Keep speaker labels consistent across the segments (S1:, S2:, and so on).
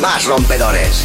S1: más rompedores.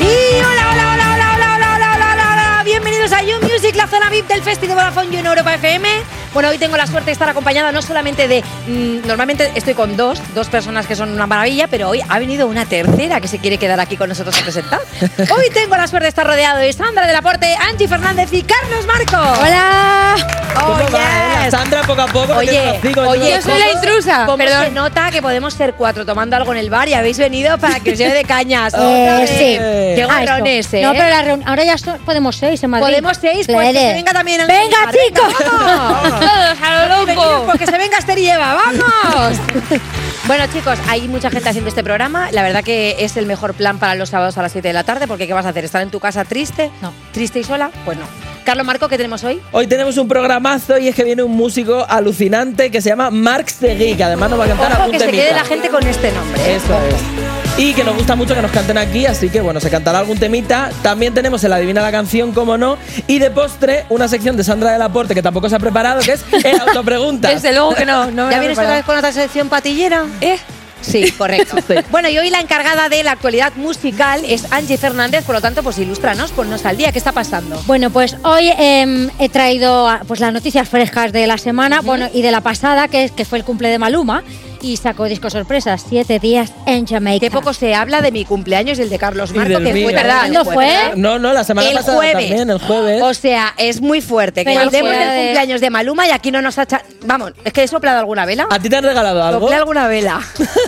S2: Y hola, hola, hola, hola, hola, hola, hola, hola, hola, hola. Bienvenidos a You Music, la zona VIP del Festival de Vodafone You en Europa FM. Bueno, hoy tengo la suerte de estar acompañada no solamente de. mm, normalmente estoy con dos, dos personas que son una maravilla, pero hoy ha venido una tercera que se quiere quedar aquí con nosotros a presentar. Hoy tengo la suerte de estar rodeado de Sandra del Aporte, Angie Fernández y Carlos Marco.
S3: Hola.
S2: Oh,
S4: ¿Cómo va, eh?
S2: yes.
S4: Sandra poco a poco. metiendo
S2: Oye,
S4: los hocicos,
S2: oye,
S4: metiendo
S3: yo
S4: los
S3: soy la
S4: cocos.
S2: ¿cómo-
S3: intrusa?
S2: ¿cómo
S3: Perdón.
S2: se nota que podemos ser cuatro tomando algo en el bar y habéis venido para que os lleve de cañas?
S3: Eh,
S2: Otra vez.
S3: sí.
S2: Qué
S3: Ah, esto.
S2: gorrones, ¿eh?
S3: No, pero la reunión. Ahora ya so- podemos seis en Madrid.
S2: Podemos seis, pues que
S3: Claro.
S2: se venga también Ángel
S3: ¡Venga,
S2: Mar,
S3: chicos!
S2: vamos.
S3: Todos a lo
S2: Venidos porque se venga Esther y Eva, vamos. Bueno, chicos, hay mucha gente haciendo este programa. La verdad que es el mejor plan para los sábados a las 7 de la tarde, porque ¿qué vas a hacer? ¿Estar en tu casa triste?
S3: No.
S2: ¿Triste y sola? Pues no. Carlos Marco, ¿qué tenemos hoy?
S4: Hoy tenemos un programazo y es que viene un músico alucinante que se llama Marx de Gui, que además nos va a cantar
S2: Ojo
S4: algún
S2: que se
S4: temita.
S2: quede la gente con este nombre. ¿eh?
S4: Eso es. Y que nos gusta mucho que nos canten aquí, así que bueno, se cantará algún temita. También tenemos el Adivina la canción, como no. Y de postre, una sección de Sandra del Aporte que tampoco se ha preparado, que es el autopreguntas.
S3: Desde luego que no. no me
S2: ¿Ya
S3: lo he
S2: vienes otra vez
S3: preparado.
S2: con otra sección patillera?
S3: ¿Eh?
S2: Sí, correcto. Bueno, y hoy la encargada de la actualidad musical es Angie Fernández, por lo tanto, pues ilústranos, ponnos al día, ¿qué está pasando?
S3: Bueno, pues hoy em, he traído ah, pues, las noticias frescas de la semana bueno, y de la pasada, que, es- que fue el cumple de Maluma. Y sacó disco sorpresa, siete días en Jamaica.
S2: Qué poco se habla de mi cumpleaños y el de Carlos
S4: Y
S2: Marco,
S4: del
S2: que
S4: mío.
S2: fue
S4: ¿Verdad?
S2: también el
S3: ¿Cuándo fue? Oh.
S2: jueves.
S4: No, no, la semana
S2: el
S4: pasada
S2: jueves.
S4: también, el jueves.
S2: O sea, es muy fuerte. Que
S3: Pero el
S2: hablemos del
S3: jueves.
S2: cumpleaños de Maluma y aquí no nos ha... cha- Vamos, es que he soplado alguna vela.
S4: ¿A ti te han regalado algo?
S2: Soplé alguna vela.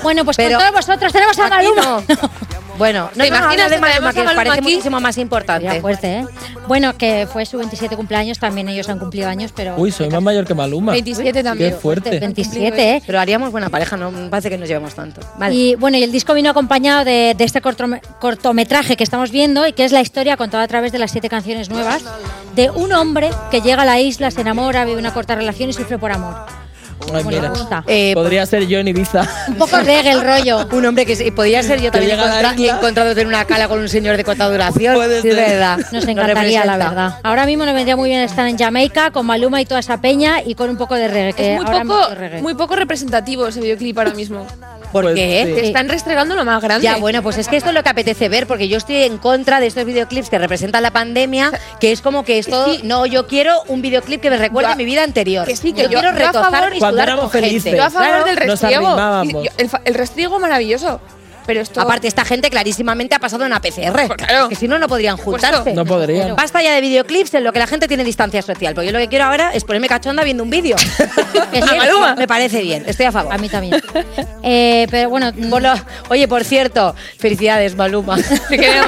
S3: Bueno, pues
S2: Pero-
S3: con todos vosotros tenemos a
S2: Aquí
S3: Maluma.
S2: no. Bueno, no,
S5: ¿Te
S2: no,
S5: imaginas
S2: habla de
S5: que
S2: Maluma,
S5: traemos
S2: que
S5: a Maluma
S2: parece
S5: aquí?
S2: muchísimo más
S3: Era
S2: importante.
S3: fuerte, ¿eh? Bueno, que fue su 27 cumpleaños, también ellos han cumplido años, pero...
S4: Uy, soy más mayor que Maluma.
S5: 27 también.
S4: Qué fuerte.
S3: 27, ¿eh?
S2: Pero haríamos buena pareja, no parece que nos llevamos tanto. Vale.
S3: Y bueno, y el disco vino acompañado de, de este cortome- cortometraje que estamos viendo y que es la historia contada a través de las siete canciones nuevas de un hombre que llega a la isla, se enamora, vive una corta relación y sufre por amor.
S4: Ay,
S3: Bueno,
S4: mira.
S3: me gusta.
S2: Eh,
S4: Podría ser yo en Ibiza.
S3: Un poco reggae el rollo.
S2: Un hombre que se- podía ser yo también
S4: llega a la
S2: encontra-
S4: isla.
S2: encontrado en una cala con un señor de corta duración.
S4: Puede
S2: Sí, es
S4: ser.
S2: verdad.
S3: Nos
S2: Lo
S3: encantaría, la
S2: representa.
S3: verdad. Ahora mismo nos vendría muy bien estar en Jamaica con Maluma y toda esa peña y con un poco de reggae. que
S5: Es muy
S3: ahora hay mucho
S5: poco,
S3: reggae.
S5: muy poco representativo ese videoclip ahora mismo.
S2: ¿Por
S4: Pues
S2: qué? Este
S4: sí.
S5: Te están restregando lo más grande.
S2: Ya, bueno, pues es que esto es lo que apetece ver, porque yo estoy en contra de estos videoclips que representan la pandemia, que es como que esto, no, yo quiero un videoclip que me recuerde a mi vida anterior.
S5: Que sí, que
S2: yo,
S5: yo-
S2: quiero
S5: yo a favor-
S2: retozar y
S4: Cuando
S2: sudar
S4: éramos
S2: con gente.
S4: felices.
S5: Yo a favor
S2: Claro.
S5: del
S4: nos
S5: restriego.
S4: arrimábamos.
S5: Y- yo- El, fa- el restriego maravilloso. Pero esto. Pues
S2: Aparte, esta gente clarísimamente ha pasado una PCR,
S5: Claro.
S2: que si no, no podrían juntarse.
S4: No podría.
S2: Basta ya de videoclips en lo que la gente tiene distancia social, porque yo lo que quiero ahora es ponerme cachonda viendo un vídeo.
S3: Que sí,
S2: A Maluma. Me parece bien, estoy a favor.
S3: A mí también. Eh, pero bueno, mm,
S2: Por lo- oye, por cierto, felicidades, Maluma.
S5: Te queremos.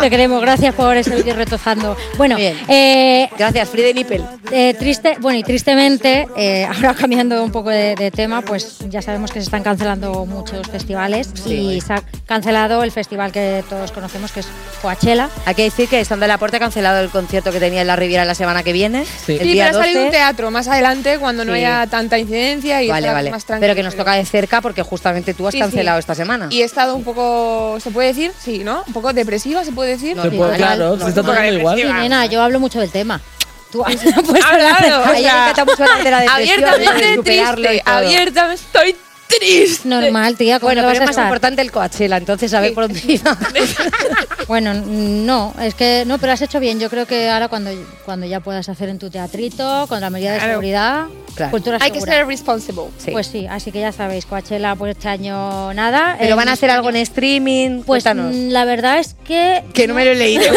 S3: te queremos. Gracias por ese vídeo retozando. Bueno,
S2: Bien.
S3: eh,
S2: Gracias, Fride Nippel.
S3: Eh, triste, bueno, y tristemente, eh, ahora cambiando un poco de, de tema, pues ya sabemos que se están cancelando muchos festivales y se ha cancelado el festival que todos conocemos, que es Coachella.
S2: Hay que decir que Sandra Laporte ha cancelado el concierto que tenía en la Riviera la semana que viene.
S4: Sí.
S2: El
S5: y
S2: día
S5: ha salido
S2: 12.
S5: un teatro más adelante cuando no
S2: Sí.
S5: haya tanta incidencia y
S2: Vale,
S5: estará
S2: vale.
S5: más tranquilo.
S2: Pero que nos toca de cerca porque justamente tú has
S5: Sí, sí.
S2: cancelado esta semana.
S5: Y he estado un poco. ¿Se puede decir? Sí, ¿no? Un poco depresiva, ¿se puede decir?
S4: Se
S2: Sí,
S4: puede-
S2: igual,
S4: claro, se está
S2: normal.
S4: tocando
S3: Sí,
S4: igual.
S3: nena, yo hablo mucho del tema. Tú has puesto
S5: Hablado,
S3: Pues, la-
S5: Ah,
S2: Ay,
S5: o
S2: ya me
S5: sea,
S2: encanta mucho hablar de la depresión, de
S5: Abiertamente
S2: superarlo y
S5: triste.
S2: todo.
S5: Abiertamente estoy triste.
S3: Normal, tía, ¿cómo
S2: Bueno,
S3: lo
S2: pero es
S3: vas
S2: más
S3: a estar?
S2: importante el Coachella, entonces a ver
S5: Sí.
S2: por dónde iba.
S3: Bueno, mm, no, es que no, pero has hecho bien. Yo creo que ahora cuando, cuando ya puedas hacer en tu teatrito, con la medida de
S5: Claro.
S3: seguridad,
S2: Claro.
S3: cultura
S5: Hay que
S3: segura.
S5: ser responsible.
S2: Sí.
S3: Pues sí, así que ya sabéis, Coachella por este año nada.
S2: ¿Pero
S3: Eh,
S2: van a hacer algo en streaming?
S3: Pues
S2: Cuéntanos.
S3: mm, la verdad es que.
S2: Que no me lo he leído.
S5: Lo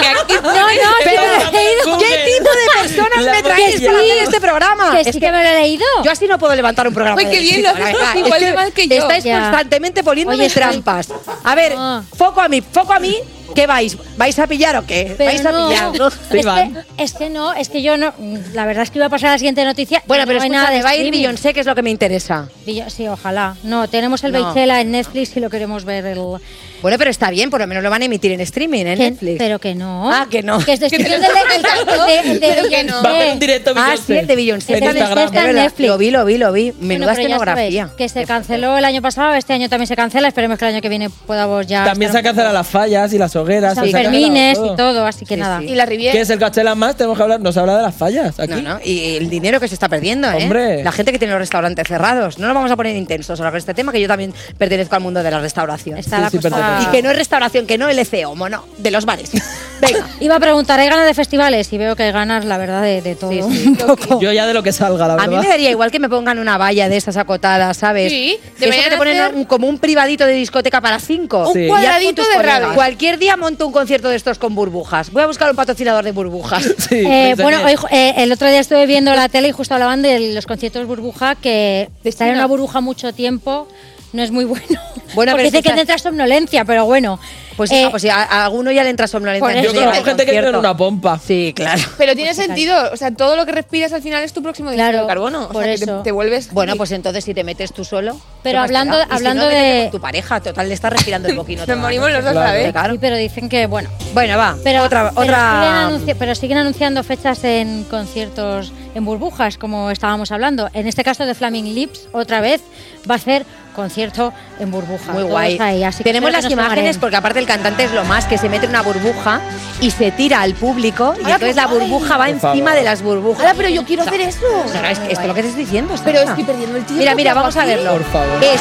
S5: que aquí
S4: Pero
S3: No, no, no me lo he leído.
S4: ¿cómo?
S2: ¿Qué tipo de personas
S4: La
S2: me traéis
S4: magia.
S2: para hacer este programa?
S3: Que
S2: Es
S3: sí
S2: que
S3: que me lo he leído.
S2: yo así no puedo levantar un programa.
S5: Uy,
S2: de
S5: qué bien,
S2: éxito,
S5: lo haces
S2: la verdad.
S5: igual
S2: Es
S5: de mal que yo.
S2: Estáis
S3: Ya.
S2: constantemente poniéndome
S3: Oye, sí.
S2: trampas. A ver,
S3: Ah.
S2: foco a mí, foco a mí. ¿Qué vais? ¿Vais a pillar o qué?
S3: Pero
S2: ¿Vais a
S3: no.
S2: pillar? no?
S4: Sí,
S3: es,
S4: van.
S3: que, es que no, es que yo no. mm, La verdad es que iba a pasar a la siguiente noticia.
S2: Bueno,
S3: y
S2: pero
S3: no hay
S2: escúchame,
S3: nada de
S2: va a ir
S3: streaming.
S2: Beyoncé, que es lo que me interesa.
S3: Billo- Sí, ojalá. No, tenemos el
S2: No.
S3: Beychella en Netflix y lo queremos ver. El,
S2: Bueno, pero está bien, por lo menos lo van a emitir en streaming, en
S3: que-
S2: Netflix.
S3: Pero que no.
S2: Ah, que no.
S3: Que es de el de, el de- el de
S5: Pero que no.
S4: Va a haber un
S3: Beyoncé.
S4: directo
S2: Ah,
S4: Beyoncé.
S2: sí, el de Beyoncé.
S4: En
S3: Está en
S4: Instagram.
S3: Está
S2: Es
S3: en
S2: verdad,
S3: Netflix.
S2: Lo vi, lo vi, lo vi. Menuda
S3: Bueno, pero ya
S2: escenografía.
S3: sabéis que se canceló el año pasado, este año también se cancela. Esperemos que el año que viene podamos ya.
S4: También se
S3: estar
S4: han cancelado las fallas y las hogueras.
S3: San
S4: se ha cancelado
S3: Fermines y todo, así que
S2: Sí,
S3: nada.
S2: sí.
S5: Y la
S4: ¿Qué
S5: Riviera.
S4: es el Coachella más? Tenemos que hablar, nos habla de las fallas aquí.
S2: No, no, y el dinero que se está perdiendo, ¿eh?
S4: Hombre.
S2: La gente que tiene los restaurantes cerrados. No nos vamos a poner intensos ahora con este tema, que yo también pertenezco al mundo de la restauración.
S3: Está
S4: Sí,
S3: la
S4: sí,
S3: cosa-
S4: perfecto.
S2: Y que no es restauración, que no LCO, mono, de los bares. Venga.
S3: Iba a preguntar, ¿hay ganas de festivales? Y veo que hay ganas, la verdad, de, de todo.
S2: Sí, sí.
S3: un poco.
S4: Yo ya de lo que salga, la
S2: A
S4: verdad.
S2: mí me daría igual que me pongan una valla de estas acotadas, ¿sabes?
S5: Sí,
S2: Que eso que
S5: deberían
S2: te ponen
S5: hacer-
S2: un- como un privadito de discoteca para cinco.
S4: Un Sí.
S2: Y haz con
S5: cuadradito
S2: tus
S5: de
S2: colegas.
S5: radio.
S2: Cualquier día monto un concierto de estos con burbujas. Voy a buscar un patrocinador de burbujas.
S4: Sí,
S3: Eh,
S4: pensé
S3: bueno,
S4: bien.
S3: hoy ju- eh, el otro día estuve viendo la tele y justo hablaban de los conciertos burbuja, que estar en una burbuja mucho tiempo no es muy bueno.
S2: Bueno, pero
S3: Porque dice que
S2: escucha-
S3: te entra somnolencia, pero bueno.
S2: Pues,
S3: Eh,
S2: ah, pues sí, a, a alguno ya le entra somnolencia.
S3: este
S2: en
S3: por eso.
S4: Yo
S2: el día
S4: conozco
S2: del
S4: gente que vive en
S2: concierto.
S4: una pompa.
S2: Pues Sí, claro.
S5: Pero tiene sentido, o sea, todo lo que respiras al final es tu próximo dióxido
S3: Claro,
S5: de carbono. O
S3: por
S5: sea, que te-
S3: eso.
S5: te, vuelves.
S2: Bueno, pues entonces si te metes tú solo.
S3: Pero
S2: ¿qué más
S3: hablando-
S2: te da? Y si
S3: hablando
S2: no, métete
S3: de-
S2: con tu pareja, total, le estás respirando el boquino.
S5: Nos morimos los dos
S4: Claro.
S5: a la vez.
S2: Claro.
S3: sí, pero dicen que, bueno.
S2: Bueno, va.
S3: Pero,
S2: otra.
S3: pero siguen
S2: otra...
S3: anunci- pero siguen anunciando fechas en conciertos en burbujas, como estábamos hablando. En este caso de Flaming Lips, otra vez va a ser concierto en burbuja.
S2: Muy
S3: Todos
S2: guay.
S3: ahí, así que
S2: Tenemos
S3: espero que
S2: las
S3: nos
S2: imágenes
S3: tomaremos.
S2: porque aparte el cantante es lo más que se mete en una burbuja y se tira al público y
S5: Ahora,
S2: entonces la
S5: pues,
S2: burbuja va
S4: Por
S2: encima
S4: favor.
S2: de las burbujas.
S5: Ahora, pero yo quiero hacer eso.
S2: Sara, es que esto es lo que te estoy diciendo. Sara.
S5: Pero estoy perdiendo el tiempo,
S2: Mira, mira,
S5: ¿qué hago
S2: vamos a
S5: aquí?
S2: verlo.
S4: Por favor.
S2: Es-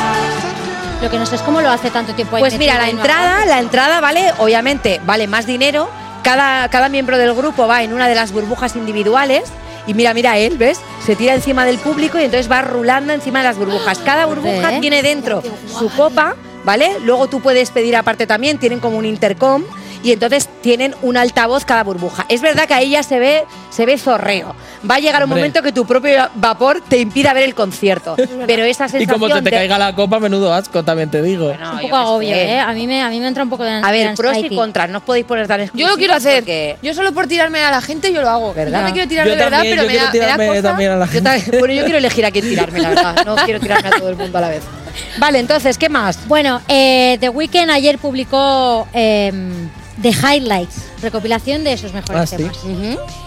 S3: Lo que no sé es cómo lo hace tanto tiempo. ahí
S2: pues mira,
S3: metido
S2: la
S3: en una
S2: entrada, la entrada vale, obviamente, vale más dinero. Cada, cada miembro del grupo va en una de las burbujas individuales. Y mira, mira él, ¿ves? Se tira encima del público y entonces va rulando encima de las burbujas. Cada burbuja
S3: Pues Ve. ¿eh?
S2: tiene dentro su copa, ¿vale? Luego tú puedes pedir aparte también, tienen como un intercom y entonces tienen un altavoz cada burbuja. Es verdad que ahí ya se ve, se ve zorreo. Va a llegar
S4: Hombre.
S2: un momento que tu propio vapor te impida ver el concierto. Pero esa
S4: Y
S2: sensación
S4: como se te
S2: de-
S4: caiga la copa, menudo asco, también te digo.
S2: Bueno,
S3: un
S2: yo
S3: poco
S2: qué
S3: agobio,
S2: sé.
S3: ¿eh? A mí, me, a mí me entra un poco de
S2: A ver,
S3: de
S2: pros y
S3: ansiety.
S2: contras, no os podéis poner tan
S5: Yo lo quiero hacer.
S2: porque-
S5: Yo solo por tirarme a la gente, yo lo hago.
S2: ¿Verdad?
S5: Yo me quiero
S4: yo
S5: tirar de verdad,
S4: también,
S5: pero
S4: yo
S5: me
S4: quiero
S5: da, me da
S4: tirarme
S5: cosa.
S4: también a la
S2: Yo
S4: gente.
S2: también- bueno, yo quiero elegir a quién tirarme, la verdad. No quiero tirarme a todo el mundo a la vez. Vale, entonces, ¿qué más?
S3: Bueno, eh, The Weeknd ayer publicó eh, The Highlights, recopilación de sus mejores
S4: Ah, sí.
S3: temas.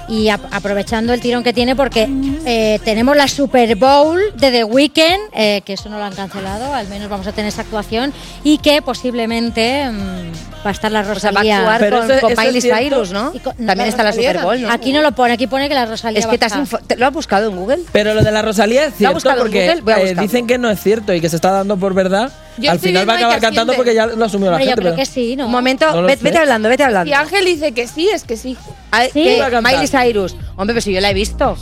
S3: Y ap- aprovechando el tirón que tiene, porque eh, tenemos la Super Bowl de The Weeknd, eh, que eso no lo han cancelado, al menos vamos a tener esa actuación, y que posiblemente mm, va a estar la
S2: O sea, va a
S3: Rosalía.
S2: actuar
S4: Pero
S2: con,
S4: eso-
S2: con
S4: eso es
S2: Miley
S4: cierto.
S2: Cyrus, ¿no?
S3: Y con- no,
S2: También
S3: la
S2: está la
S5: Rosalía
S2: Super Bowl, ¿no?
S3: Aquí no lo pone, aquí pone que la Rosalía
S2: es que te, has
S3: va a estar.
S2: info- te- lo has buscado en Google.
S4: Pero lo de la Rosalía es
S2: ¿Lo ha
S4: cierto
S2: buscado en
S4: porque
S2: Google? Voy a
S4: eh,
S2: buscarlo.
S4: dicen que no es cierto y que se está dando por verdad.
S5: Yo
S4: Al
S5: estoy
S4: final va a
S5: viendo
S4: acabar
S5: que
S4: cantando
S5: asciende.
S4: porque ya lo asumió la
S3: Hombre, yo
S4: gente.
S3: creo
S4: pero-
S3: que sí, ¿no?
S2: Un momento,
S4: No lo
S2: ve-
S4: sé.
S2: vete hablando, vete
S5: Si
S2: hablando.
S5: Ángel dice que sí, es que sí.
S2: A-
S3: ¿Sí?
S2: que-
S3: Iba
S4: a cantar.
S2: Miley Cyrus. Hombre, pero si yo la he visto.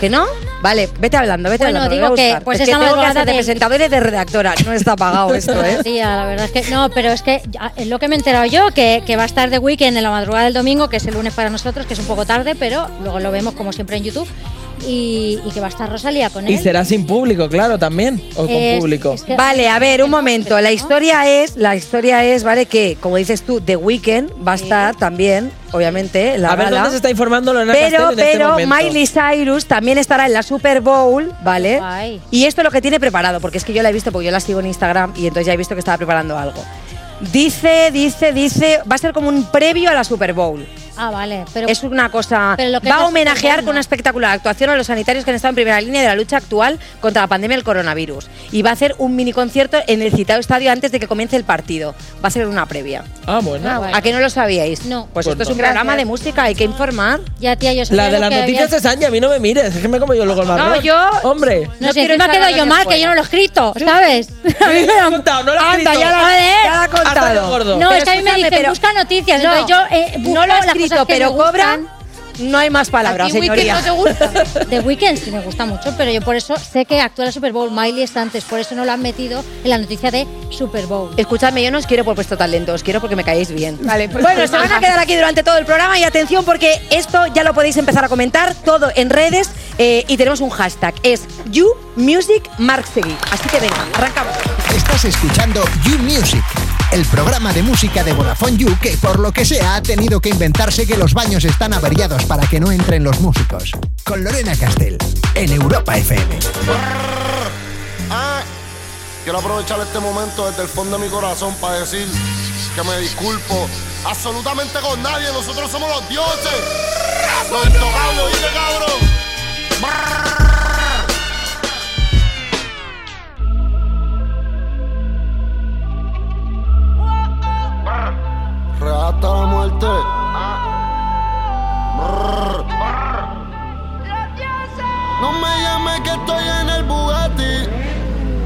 S2: ¿Que no? Vale, vete hablando, vete
S3: Bueno,
S2: hablando. lo
S3: digo
S2: voy a
S3: que,
S2: buscar.
S3: pues
S2: es que
S3: esa
S2: tengo que
S3: madrugada
S2: hacer de
S3: de-
S2: presentadora y de redactora. No está pagado esto, ¿eh?
S3: Tía, la verdad es que no, pero es que ya- es lo que me he enterado yo, que, que va a estar The Weeknd en la madrugada del domingo, que es el lunes para nosotros, que es un poco tarde, pero luego lo vemos como siempre en YouTube, y, y que va a estar Rosalía con él.
S4: Y será sin público, claro, también. O con
S3: Es-
S4: público.
S3: es que-
S2: Vale, a ver, un
S3: ¿no?
S2: momento. La historia es, la historia es, ¿vale? Que, como dices tú, The Weeknd va a estar también, obviamente, en la
S4: a ver
S2: gala.
S4: dónde se está informando Lorena
S2: pero,
S4: Castell en este
S2: pero
S4: momento.
S2: Miley Cyrus también estará en la Super Bowl, ¿vale?
S3: Guay.
S2: Y esto es lo que tiene preparado, porque es que yo la he visto, porque yo la sigo en Instagram y entonces ya he visto que estaba preparando algo. Dice, dice, dice, va a ser como un previo a la Super Bowl.
S3: Ah, vale, pero
S2: Es una cosa.
S3: Pero lo que
S2: Va
S3: es
S2: a
S3: la
S2: homenajear
S3: Super Bowl,
S2: con una
S3: ¿no?
S2: espectacular actuación a los sanitarios que han estado en primera línea de la lucha actual contra la pandemia del coronavirus. Y va a hacer un mini concierto en el citado estadio antes de que comience el partido. Va a ser una previa.
S4: Ah, bueno.
S3: Ah, guay.
S2: ¿A qué no lo sabíais?
S3: No.
S2: Pues esto
S4: Pues
S2: es un
S4: no.
S2: programa de música, hay que informar.
S3: ya tía, yo sabía
S4: la de
S3: lo
S4: las
S3: que
S4: noticias
S3: había-
S4: es Angie, a mí no me mires. Es que me como yo luego el marrón.
S2: yo-
S4: Hombre.
S3: No,
S2: no
S3: sé,
S2: quiero
S3: encima
S2: echar
S3: quedo
S2: a
S3: yo
S2: nadie
S3: mal,
S2: fuera.
S3: que yo no lo he escrito, ¿sabes? A mí
S4: Sí,
S3: me
S4: lo
S3: da
S4: has
S3: un-
S4: contado, no lo has
S2: Anda,
S4: escrito.
S2: ya lo-
S3: Joder.
S2: ya lo ha
S4: Hasta
S2: contado.
S4: de gordo.
S3: No,
S2: Pero
S3: es que a mí me
S2: escúchame,
S3: dicen,
S2: pero-
S3: busca noticias,
S2: No,
S3: entonces yo eh,
S2: no
S3: busco
S2: lo ha
S3: las cosas
S2: escrito,
S3: que
S2: pero
S3: me
S2: cobra.
S3: gustan.
S2: No hay más palabras,
S5: Aquí Weekend
S2: señoría.
S5: no te gusta.
S3: The Weeknd sí me gusta mucho, pero yo por eso sé que actúa la Super Bowl. Miley está antes, por eso no lo han metido en la noticia de Super Bowl.
S2: Escuchadme, yo no os quiero por vuestro talento, os quiero porque me caéis bien.
S5: Vale, pues-
S2: bueno, se van a quedar aquí durante todo el programa y atención porque esto ya lo podéis empezar a comentar todo en redes eh, y tenemos un hashtag, es YouMusicMarkSegui. Así que venga, arrancamos.
S6: Estás escuchando You Music, el programa de música de Vodafone You que por lo que sea ha tenido que inventarse que los baños están averiados para que no entren los músicos. Con Lorena Castell, en Europa FM.
S7: Ah, quiero aprovechar este momento desde el fondo de mi corazón para decir que me disculpo absolutamente con nadie. Nosotros somos los dioses. Los intocables, ¿oíste, cabrón? Real hasta la muerte. Brr. No me llames que estoy en el Bugatti.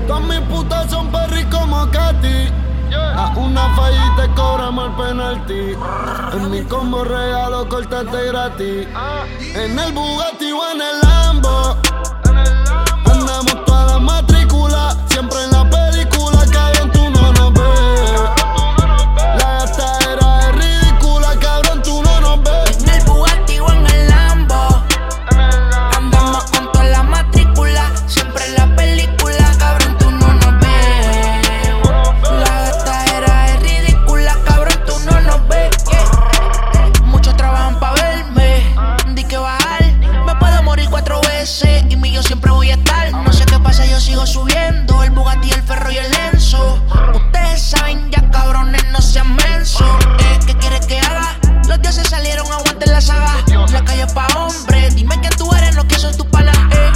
S7: Todas mis putas son perris como Katy. A una fallita y cobramos el penalti. En mi combo regalo cortate gratis. En el Bugatti o en el Lambo. Andamos toda la matrícula. Siempre en la película que hay en tu no nos ves. La gastadera es ridícula, cabrón, tú no nos ves.
S1: En el Bugatti o en el Lambo. Andamos con toda la matrícula. Siempre en la película, cabrón, tú no nos ves. La gastadera es ridícula, cabrón, tú no nos ves. Yeah. Muchos trabajan para verme. Di que bajar. Me puedo morir cuatro veces y mi yo siempre voy a estar. No sé qué pasa, yo sigo subiendo. El Bugatti, el Ferro y el Lenzo. Ustedes saben ya, cabrones, no sean mensos. Eh, ¿Qué quieres que haga? Los dioses salieron, aguanten la saga. La calle pa' hombre, dime que tú eres, no que soy tu pana. eh.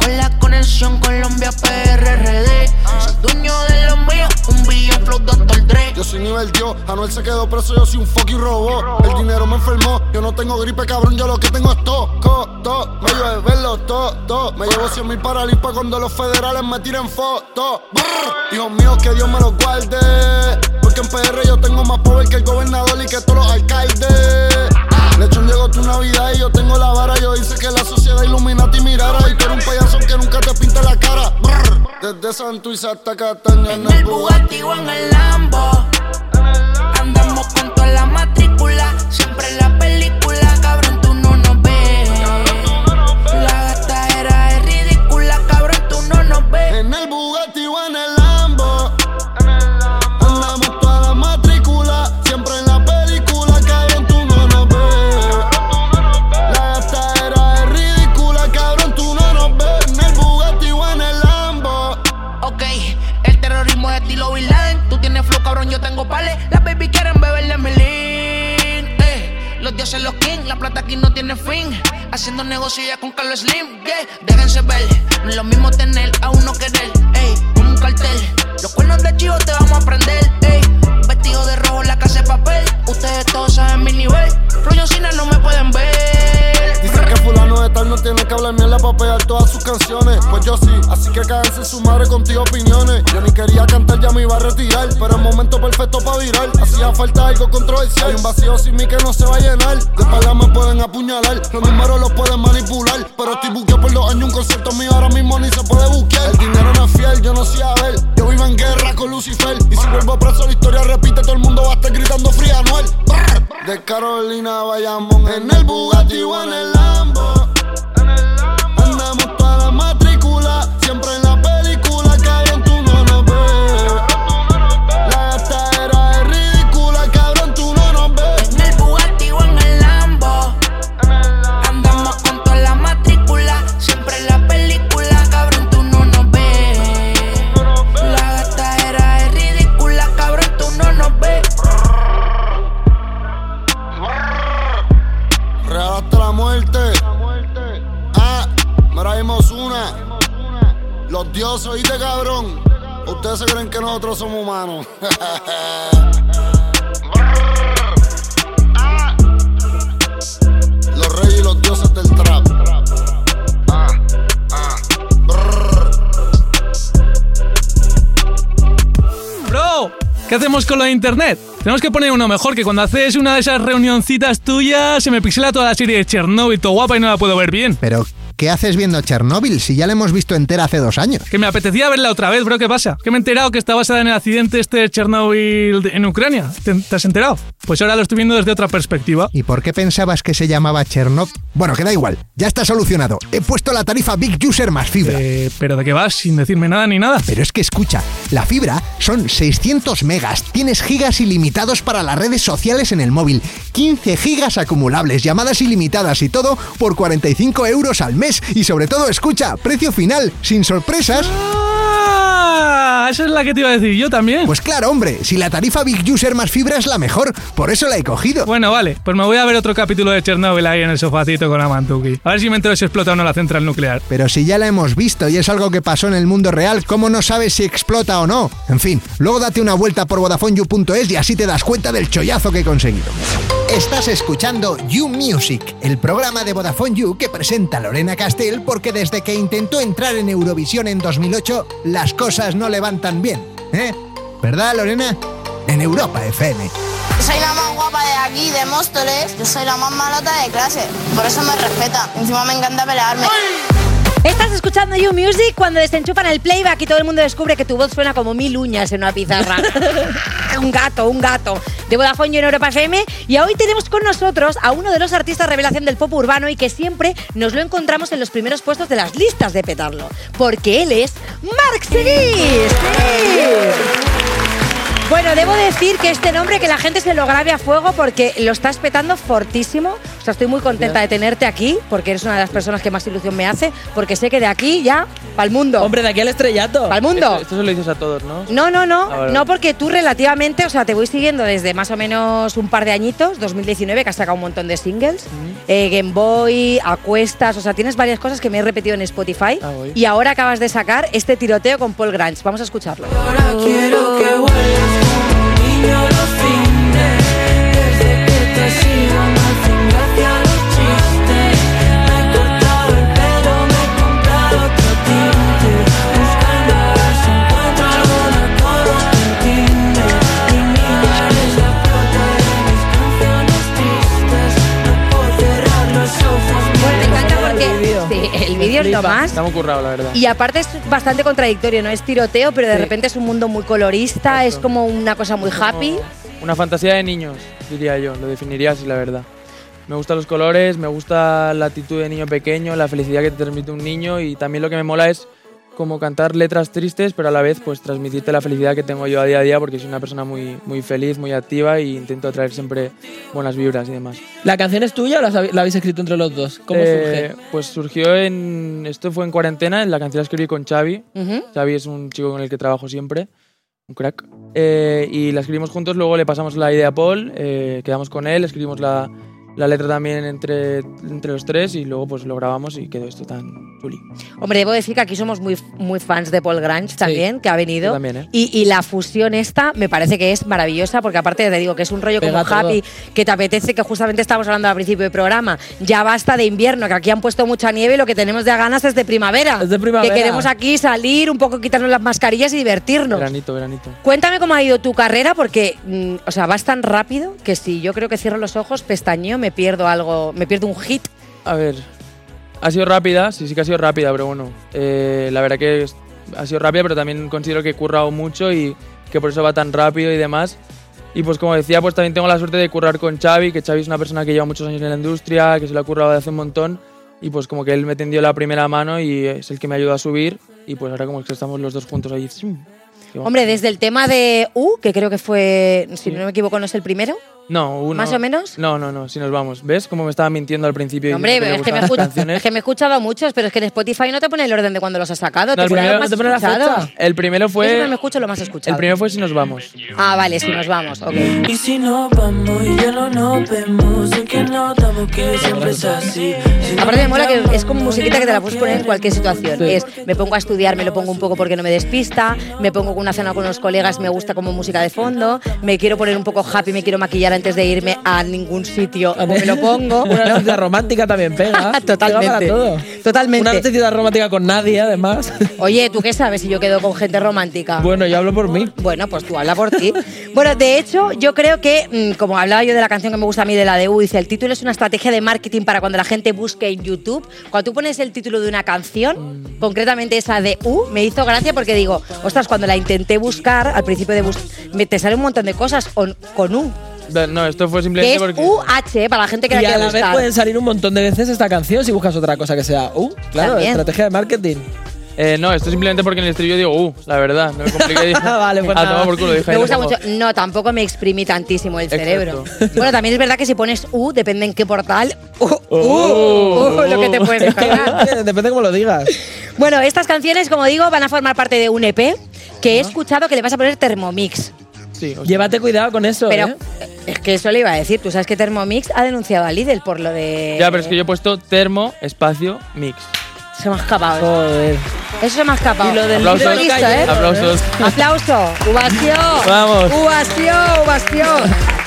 S1: Con la conexión Colombia PRRD. Soy dueño de lo mío, un billón flow Dr. Dre.
S7: Yo soy nivel Dios, Anuel se quedó preso, yo soy un fucking robot. El dinero me enfermó, yo no tengo gripe, cabrón, yo lo que tengo es toco, to. Me llevo verlo, to, to. Me llevo 100 mil para Lipa cuando los federales me tiren fotos. Hijos míos, que Dios me los guarde. Porque en PR yo tengo más poder que el gobernador y que todos los alcaldes. Lechón llegó tu Navidad y yo tengo la vara. Yo hice que la sociedad iluminati mirara. Y tú eres un payaso que nunca te pinta la cara. Brr. Desde Santuiz hasta Cataña en
S1: En el Bugatti o en el Lambo. Andamos con toda la matrícula. Siempre en la película, cabrón, tú no nos ves. La gastadera es ridícula, cabrón, tú no nos ves.
S7: En el Bugatti o en el Lambo. Andamos toda la matrícula. Siempre en la película cabrón, tú no nos ves. La gastadera es ridícula, cabrón, tú no nos ves. En el Bugatti o en el Lambo.
S1: Ok, el terrorismo es estilo Bin Laden. Tú tienes flow, cabrón, yo tengo pales. Las baby quieren beberle mi lean. Eh, los dioses los king, la plata aquí no tiene fin. Haciendo negocios ya con Carlos Slim, yeah. Déjense ver, no es lo mismo tener a uno querer. Ey, como un cartel. Los cuernos de chivo te vamos a prender. Ey, vestido de rojo, la casa de papel. Ustedes todos saben mi nivel. Flow Cina no me pueden ver.
S7: Dicen que fulano de tal no tiene que hablar mierda para pegar todas sus canciones. Pues yo sí, así que cáganse en su madre contigo opiniones. Yo ni quería cantar, ya me iba a retirar. Pero el momento perfecto para virar. Hacía falta algo controversial. Hay un vacío sin mí que no se va a llenar. De espalda me pueden apuñalar, los números los pueden manipular. Pero estoy buqueado por dos años, un concierto mío ahora mismo ni se puede buquear. El dinero no es fiel, yo no sé a ver. Yo vivo en guerra con Lucifer. Y si vuelvo preso, la historia repite. Todo el mundo va a estar gritando fría Noel. De Carolina Bayamón en el Bugatti o en el Lambo. Andamos toda la matrícula, siempre en la película, cabrón, tú no nos ves. La gastadera es ridícula, cabrón, tú no nos ves.
S1: En el Bugatti o en el Lambo. Andamos con toda la matrícula. Siempre en la película, cabrón, tú no nos ves. La gastadera es ridícula, cabrón, tú no nos ves.
S7: Real hasta la muerte. Ah, mira vimos una. Los dioses, oíste, cabrón. Ustedes se creen que nosotros somos humanos. Ah. Los reyes y los dioses del trap. Ah, ah. Brr.
S8: Bro, ¿qué hacemos con lo de internet? Tenemos que poner uno mejor, que cuando haces una de esas reunioncitas tuyas se me pixela toda la serie de Chernobyl, todo guapa y no la puedo ver bien.
S6: Pero, ¿qué haces viendo Chernóbil si ya la hemos visto entera hace dos años?
S8: Que me apetecía verla otra vez, bro. ¿Qué pasa? Que me he enterado que está basada en el accidente este de Chernobyl de- en Ucrania. ¿Te, te has enterado? Pues ahora lo estoy viendo desde otra perspectiva.
S6: ¿Y por qué pensabas que se llamaba Chernobyl? Bueno, que da igual, ya está solucionado. He puesto la tarifa Big User más fibra.
S8: Eh, pero de qué vas sin decirme nada ni nada.
S6: Pero es que escucha, la fibra son 600 megas, tienes gigas ilimitados para las redes sociales en el móvil, 15 gigas acumulables, llamadas ilimitadas y todo por 45 euros al mes. Y sobre todo, escucha, precio final, sin sorpresas.
S8: Ah, esa es la que te iba a decir yo también.
S6: Pues claro, hombre, si la tarifa Big User más fibra es la mejor, por eso la he cogido.
S8: Bueno, vale, pues me voy a ver otro capítulo de Chernobyl ahí en el sofacito con la mantuki. A ver si me entero si explota o no la central nuclear.
S6: Pero si ya la hemos visto y es algo que pasó en el mundo real, ¿cómo no sabes si explota o no? En fin, luego date una vuelta por VodafoneYou.es y así te das cuenta del chollazo que he conseguido. Estás escuchando You Music, el programa de Vodafone You que presenta Lorena Castell porque desde que intentó entrar en Eurovisión en 2008, las cosas no le van tan bien. ¿Eh? ¿Verdad, Lorena? En Europa FM.
S1: Soy la más guapa de aquí, de Móstoles. Yo soy la más malota de clase. Por eso me respeta. Encima me encanta pelearme.
S2: Estás escuchando You Music cuando desenchufan el playback y todo el mundo descubre que tu voz suena como mil uñas en una pizarra. un gato, un gato. De Vodafone You en Europa FM. Y hoy tenemos con nosotros a uno de los artistas revelación del pop urbano y que siempre nos lo encontramos en los primeros puestos de las listas de petarlo. Porque él es Mark Seguís. Bueno, debo decir que este nombre que la gente se lo grabe a fuego porque lo estás petando fortísimo. O sea, estoy muy contenta de tenerte aquí porque eres una de las personas que más ilusión me hace porque sé que de aquí ya para el mundo.
S4: Hombre, de aquí al estrellato.
S2: Al mundo.
S9: Esto, esto se lo dices a todos, ¿no?
S2: No, no, no,
S9: Ah, vale.
S2: no porque tú relativamente, o sea, te voy siguiendo desde más o menos un par de añitos, 2019, que has sacado un montón de singles, eh, Game Boy, Acuestas, o sea, tienes varias cosas que me he repetido en Spotify
S9: Ah, voy.
S2: y ahora acabas de sacar este tiroteo con Paul Grange. Vamos a escucharlo.
S10: Ahora quiero que vuelvas como un niño los fines Desde que te sigo me hacen gracia los chistes Me he cortado el pelo, me he comprado otro tinte Buscando a ver si encuentro alguna como te entiende Y mira, eres la flota de mis canciones tristes No puedo cerrar los ojos,
S2: Bueno, me encanta
S4: El
S2: porque
S4: vídeo.
S2: sí, el vídeo es lo
S4: Flipa.
S2: más.
S9: Está muy currado, la verdad.
S2: Y aparte es bastante contradictorio, ¿no? Es tiroteo, pero de repente es un mundo muy colorista, es como una cosa muy happy.
S9: Una fantasía de niños, diría yo, lo definiría así, la verdad. Me gustan los colores, me gusta la actitud de niño pequeño, la felicidad que te transmite un niño y también lo que me mola es como cantar letras tristes, pero a la vez pues transmitirte la felicidad que tengo yo a día a día porque soy una persona muy, muy feliz, muy activa y intento traer siempre buenas vibras y demás.
S4: ¿La canción es tuya o la, sabi- la habéis escrito entre los dos? ¿Cómo
S9: Eh,
S4: surge?
S9: Pues surgió en... Esto fue en cuarentena, en la canción la escribí con Xavi,
S2: Ujú.
S9: Xavi es un chico con el que trabajo siempre, un crack. Eh, y la escribimos juntos, luego le pasamos la idea a Paul, eh, quedamos con él, escribimos la, la letra también entre, entre los tres y luego pues lo grabamos y quedó esto tan chuli.
S2: Hombre, debo decir que aquí somos muy, muy fans de Paul Grange también, que ha venido.
S9: Yo también, ¿eh?
S2: y, y la fusión esta me parece que es maravillosa, porque aparte te digo que es un rollo
S4: Pega
S2: como happy, que te apetece, que justamente estábamos hablando al principio del programa. Ya basta de invierno, que aquí han puesto mucha nieve y lo que tenemos de ganas es de primavera.
S4: Es de primavera.
S2: Que queremos aquí salir, un poco quitarnos las mascarillas y divertirnos.
S9: Veranito, veranito.
S2: Cuéntame cómo ha ido tu carrera, porque, mm, o sea, vas tan rápido que si yo creo que cierro los ojos, pestañeo, me pierdo algo, me pierdo un hit.
S9: A ver, ha sido rápida, sí, sí que ha sido rápida, pero bueno, eh, la verdad que es- ha sido rápida, pero también considero que he currado mucho y que por eso va tan rápido y demás. Y pues como decía, pues también tengo la suerte de currar con Xavi, que Xavi es una persona que lleva muchos años en la industria, que se lo ha currado de hace un montón, y pues como que él me tendió la primera mano y es el que me ayudó a subir, y pues ahora como que estamos los dos juntos ahí.
S2: Hombre, desde el tema de U, que creo que fue, si no me equivoco, no es el primero.
S9: no, uno,
S2: ¿más o menos?
S9: No, no, no, si nos vamos. ¿Ves cómo me estaba mintiendo al principio? y
S2: Hombre,
S9: diciendo
S2: es que, me
S9: gustaban las
S2: escucha-
S9: canciones?
S2: es que me he escuchado a muchos, pero es que en Spotify no te pone el orden de cuando los has sacado.
S9: No,
S2: te
S9: el
S2: pone los
S9: primero-
S2: más
S9: te pone la
S2: escuchados.
S4: fecha.
S9: El primero
S2: Yo siempre
S9: fue...
S2: me escucho lo más escuchado.
S9: El primero fue Si nos vamos.
S2: Ah, vale, sí, nos vamos. ok.
S10: Y si no vamos y ya no nos vemos, sé que notamos que siempre es así. Si no
S2: Aparte me mola que
S10: nos
S2: es como musiquita que te la puedes poner en cualquier situación.
S4: Sí.
S2: Es, me pongo a estudiar, me lo pongo un poco porque no me despista, me pongo con una cena con unos colegas, me gusta como música de fondo, me quiero poner un poco happy, me quiero maquillar antes de irme a ningún sitio, o pues me lo pongo.
S4: Una noticia romántica también pega.
S2: Totalmente.
S4: Pega para todo.
S2: Totalmente.
S4: Una necesidad romántica con nadie, además.
S2: Oye, ¿tú qué sabes si yo quedo con gente romántica?
S4: Bueno, yo hablo por mí.
S2: Bueno, pues tú habla por ti. Bueno, de hecho, yo creo que, mm, como hablaba yo de la canción que me gusta a mí de la de U, dice, el título es una estrategia de marketing para cuando la gente busque en YouTube. Cuando tú pones el título de una
S9: Mm.
S2: canción, concretamente esa de U, me hizo gracia porque digo, ostras, cuando la intenté buscar, al principio de bus me- te sale un montón de cosas on- con U.
S9: Da- No, esto fue
S2: Que
S9: simplemente
S2: es
S9: porque.
S2: UH, para la gente que
S4: y
S2: la
S4: a
S2: quiera
S4: la vez
S2: buscar.
S4: pueden salir un montón de veces esta canción si buscas otra cosa que sea. Uh, claro,
S2: También.
S4: estrategia de marketing.
S9: Eh, no, esto simplemente porque en el estribillo digo, uh, la verdad. No me compliqué. dije,
S4: Vale, pues
S9: a
S4: nada.
S9: tomar Ah, por culo, dije.
S2: Me
S9: ahí lo
S2: gusta
S9: pongo.
S2: mucho. No, tampoco me exprimí tantísimo el
S9: Exacto.
S2: cerebro. Bueno, también es verdad que si pones U, depende en qué portal, U,
S9: Uh.
S2: U, U, Uh, lo que te puedes esperar.
S4: Depende cómo lo digas.
S2: Bueno, estas canciones, como digo, van a formar parte de un EP que he escuchado que le vas a poner Thermomix.
S4: Llévate cuidado con eso.
S2: Pero
S4: ¿eh?
S2: es que eso le iba a decir. Tú sabes que Thermomix ha denunciado a Lidl por lo de.
S9: Ya, pero es que yo he puesto termo, espacio, mix.
S2: Se me ha escapado. ¿eh?
S4: Joder.
S2: Eso se me ha escapado.
S9: Y lo del Aplausos.
S2: Lo he visto, ¿eh?
S9: Aplausos.
S2: Aplauso. Uvación.
S9: Vamos.
S2: Uvación, uvación.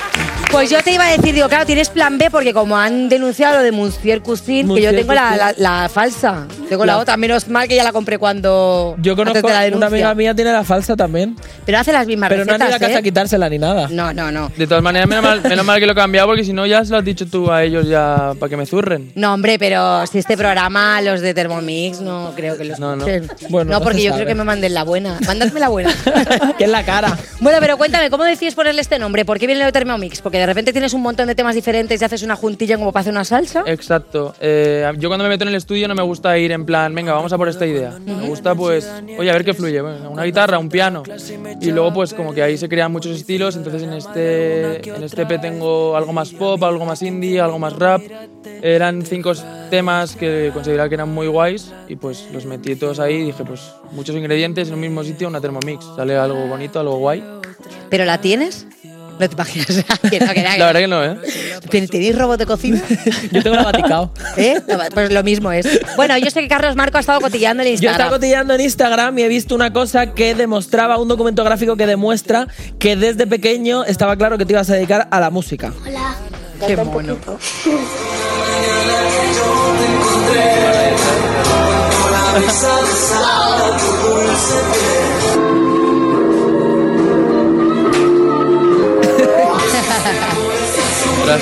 S2: Pues yo te iba a decir, digo, claro, tienes plan B porque como han denunciado lo de Muncier Cucín, que yo
S4: Monsieur
S2: tengo la, la,
S4: Cuisine.
S2: la falsa, tengo la,
S4: La-
S2: otra, menos mal que ya la compré cuando
S4: Yo conozco
S2: antes de la
S4: una
S2: denuncia.
S4: amiga mía tiene la falsa también.
S2: Pero hace las mismas
S4: Pero no han ido a
S2: recetas,
S4: casa a
S2: ¿eh?
S4: quitársela ni nada.
S2: No, no, no.
S9: De todas maneras, menos mal, menos mal que lo he cambiado porque si no ya se lo has dicho tú a ellos ya para que me zurren.
S2: No, hombre, pero si este programa, los de Thermomix, no creo que los
S9: No, no.
S2: escuchen.
S4: Bueno,
S2: no,
S4: no
S2: porque
S4: se
S2: yo
S4: sabe.
S2: creo que me manden la buena. Mándadme la buena.
S4: que es la cara.
S2: Bueno, pero cuéntame, ¿cómo decides ponerle este nombre? ¿Por qué viene lo de Thermomix? Porque de repente tienes un montón de temas diferentes y haces una juntilla como para hacer una salsa.
S9: Exacto. Eh, yo cuando me meto en el estudio no me gusta ir en plan, venga, vamos a por esta idea. Me gusta pues, oye, a ver qué fluye. Bueno, una guitarra, un piano. Y luego pues como que ahí se crean muchos estilos. Entonces en este, en este EP tengo algo más pop, algo más indie, algo más rap. Eran cinco temas que consideraba que eran muy guays y pues los metí todos ahí y dije pues muchos ingredientes en un mismo sitio, una Thermomix. Sale algo bonito, algo guay.
S2: ¿Pero la tienes? No te imaginas. Que no, que no, que
S9: La verdad que no, ¿eh?
S2: no. ¿Pero ¿Tenéis robot de cocina?
S4: Yo tengo la Vaticao.
S2: ¿Eh? No, Pues lo mismo es. Bueno, yo sé que Carlos Marco ha estado cotillando el
S4: Yo estaba
S2: Instagram.
S4: cotillando en Instagram y he visto una cosa que demostraba, un documento gráfico que demuestra que desde pequeño estaba claro que te ibas a dedicar a la música.
S2: Qué mono.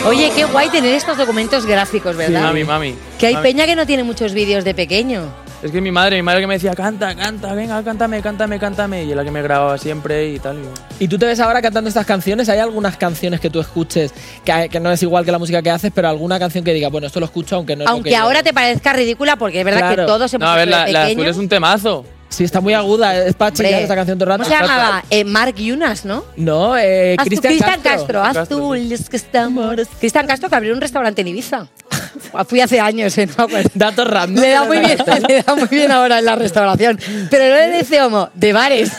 S2: Oye, qué guay tener estos documentos gráficos, ¿verdad?
S9: Mami, mami.
S2: Que hay
S9: Mami.
S2: peña que no tiene muchos vídeos de pequeño.
S9: Es que mi madre, mi madre que me decía, canta, canta, venga, cántame, cántame, cántame. Y es la que me grababa siempre y tal. y bueno.
S4: Y tú te ves ahora cantando estas canciones. ¿Hay algunas canciones que tú escuches que, que no es igual que la música que haces, pero alguna canción que diga, bueno, esto lo escucho aunque no es lo que
S2: Aunque
S4: yo
S2: ahora te parezca ridícula, porque es verdad que
S4: Claro.
S2: todos hemos
S9: No, a ver,
S2: hecho de
S9: la, la azul
S2: pequeños.
S9: es un temazo.
S4: Sí, está muy aguda. ¿eh? Es para
S2: Hombre.
S4: chillar esta canción todo el
S2: ¿Cómo
S4: rato.
S2: se llamaba? Eh, Mark Yunas, ¿no?
S4: No, eh,
S2: Haz tú,
S4: Cristian
S2: Cristian
S4: Castro.
S2: Castro, haz
S9: Castro,
S2: tú, es que estamos. Cristian Castro que abrió un restaurante en Ibiza. Fui hace años, ¿eh? No me acuerdo.
S4: Datos random.
S2: Le da muy bien, le da muy bien ahora en la restauración. Pero no le de homo, de bares.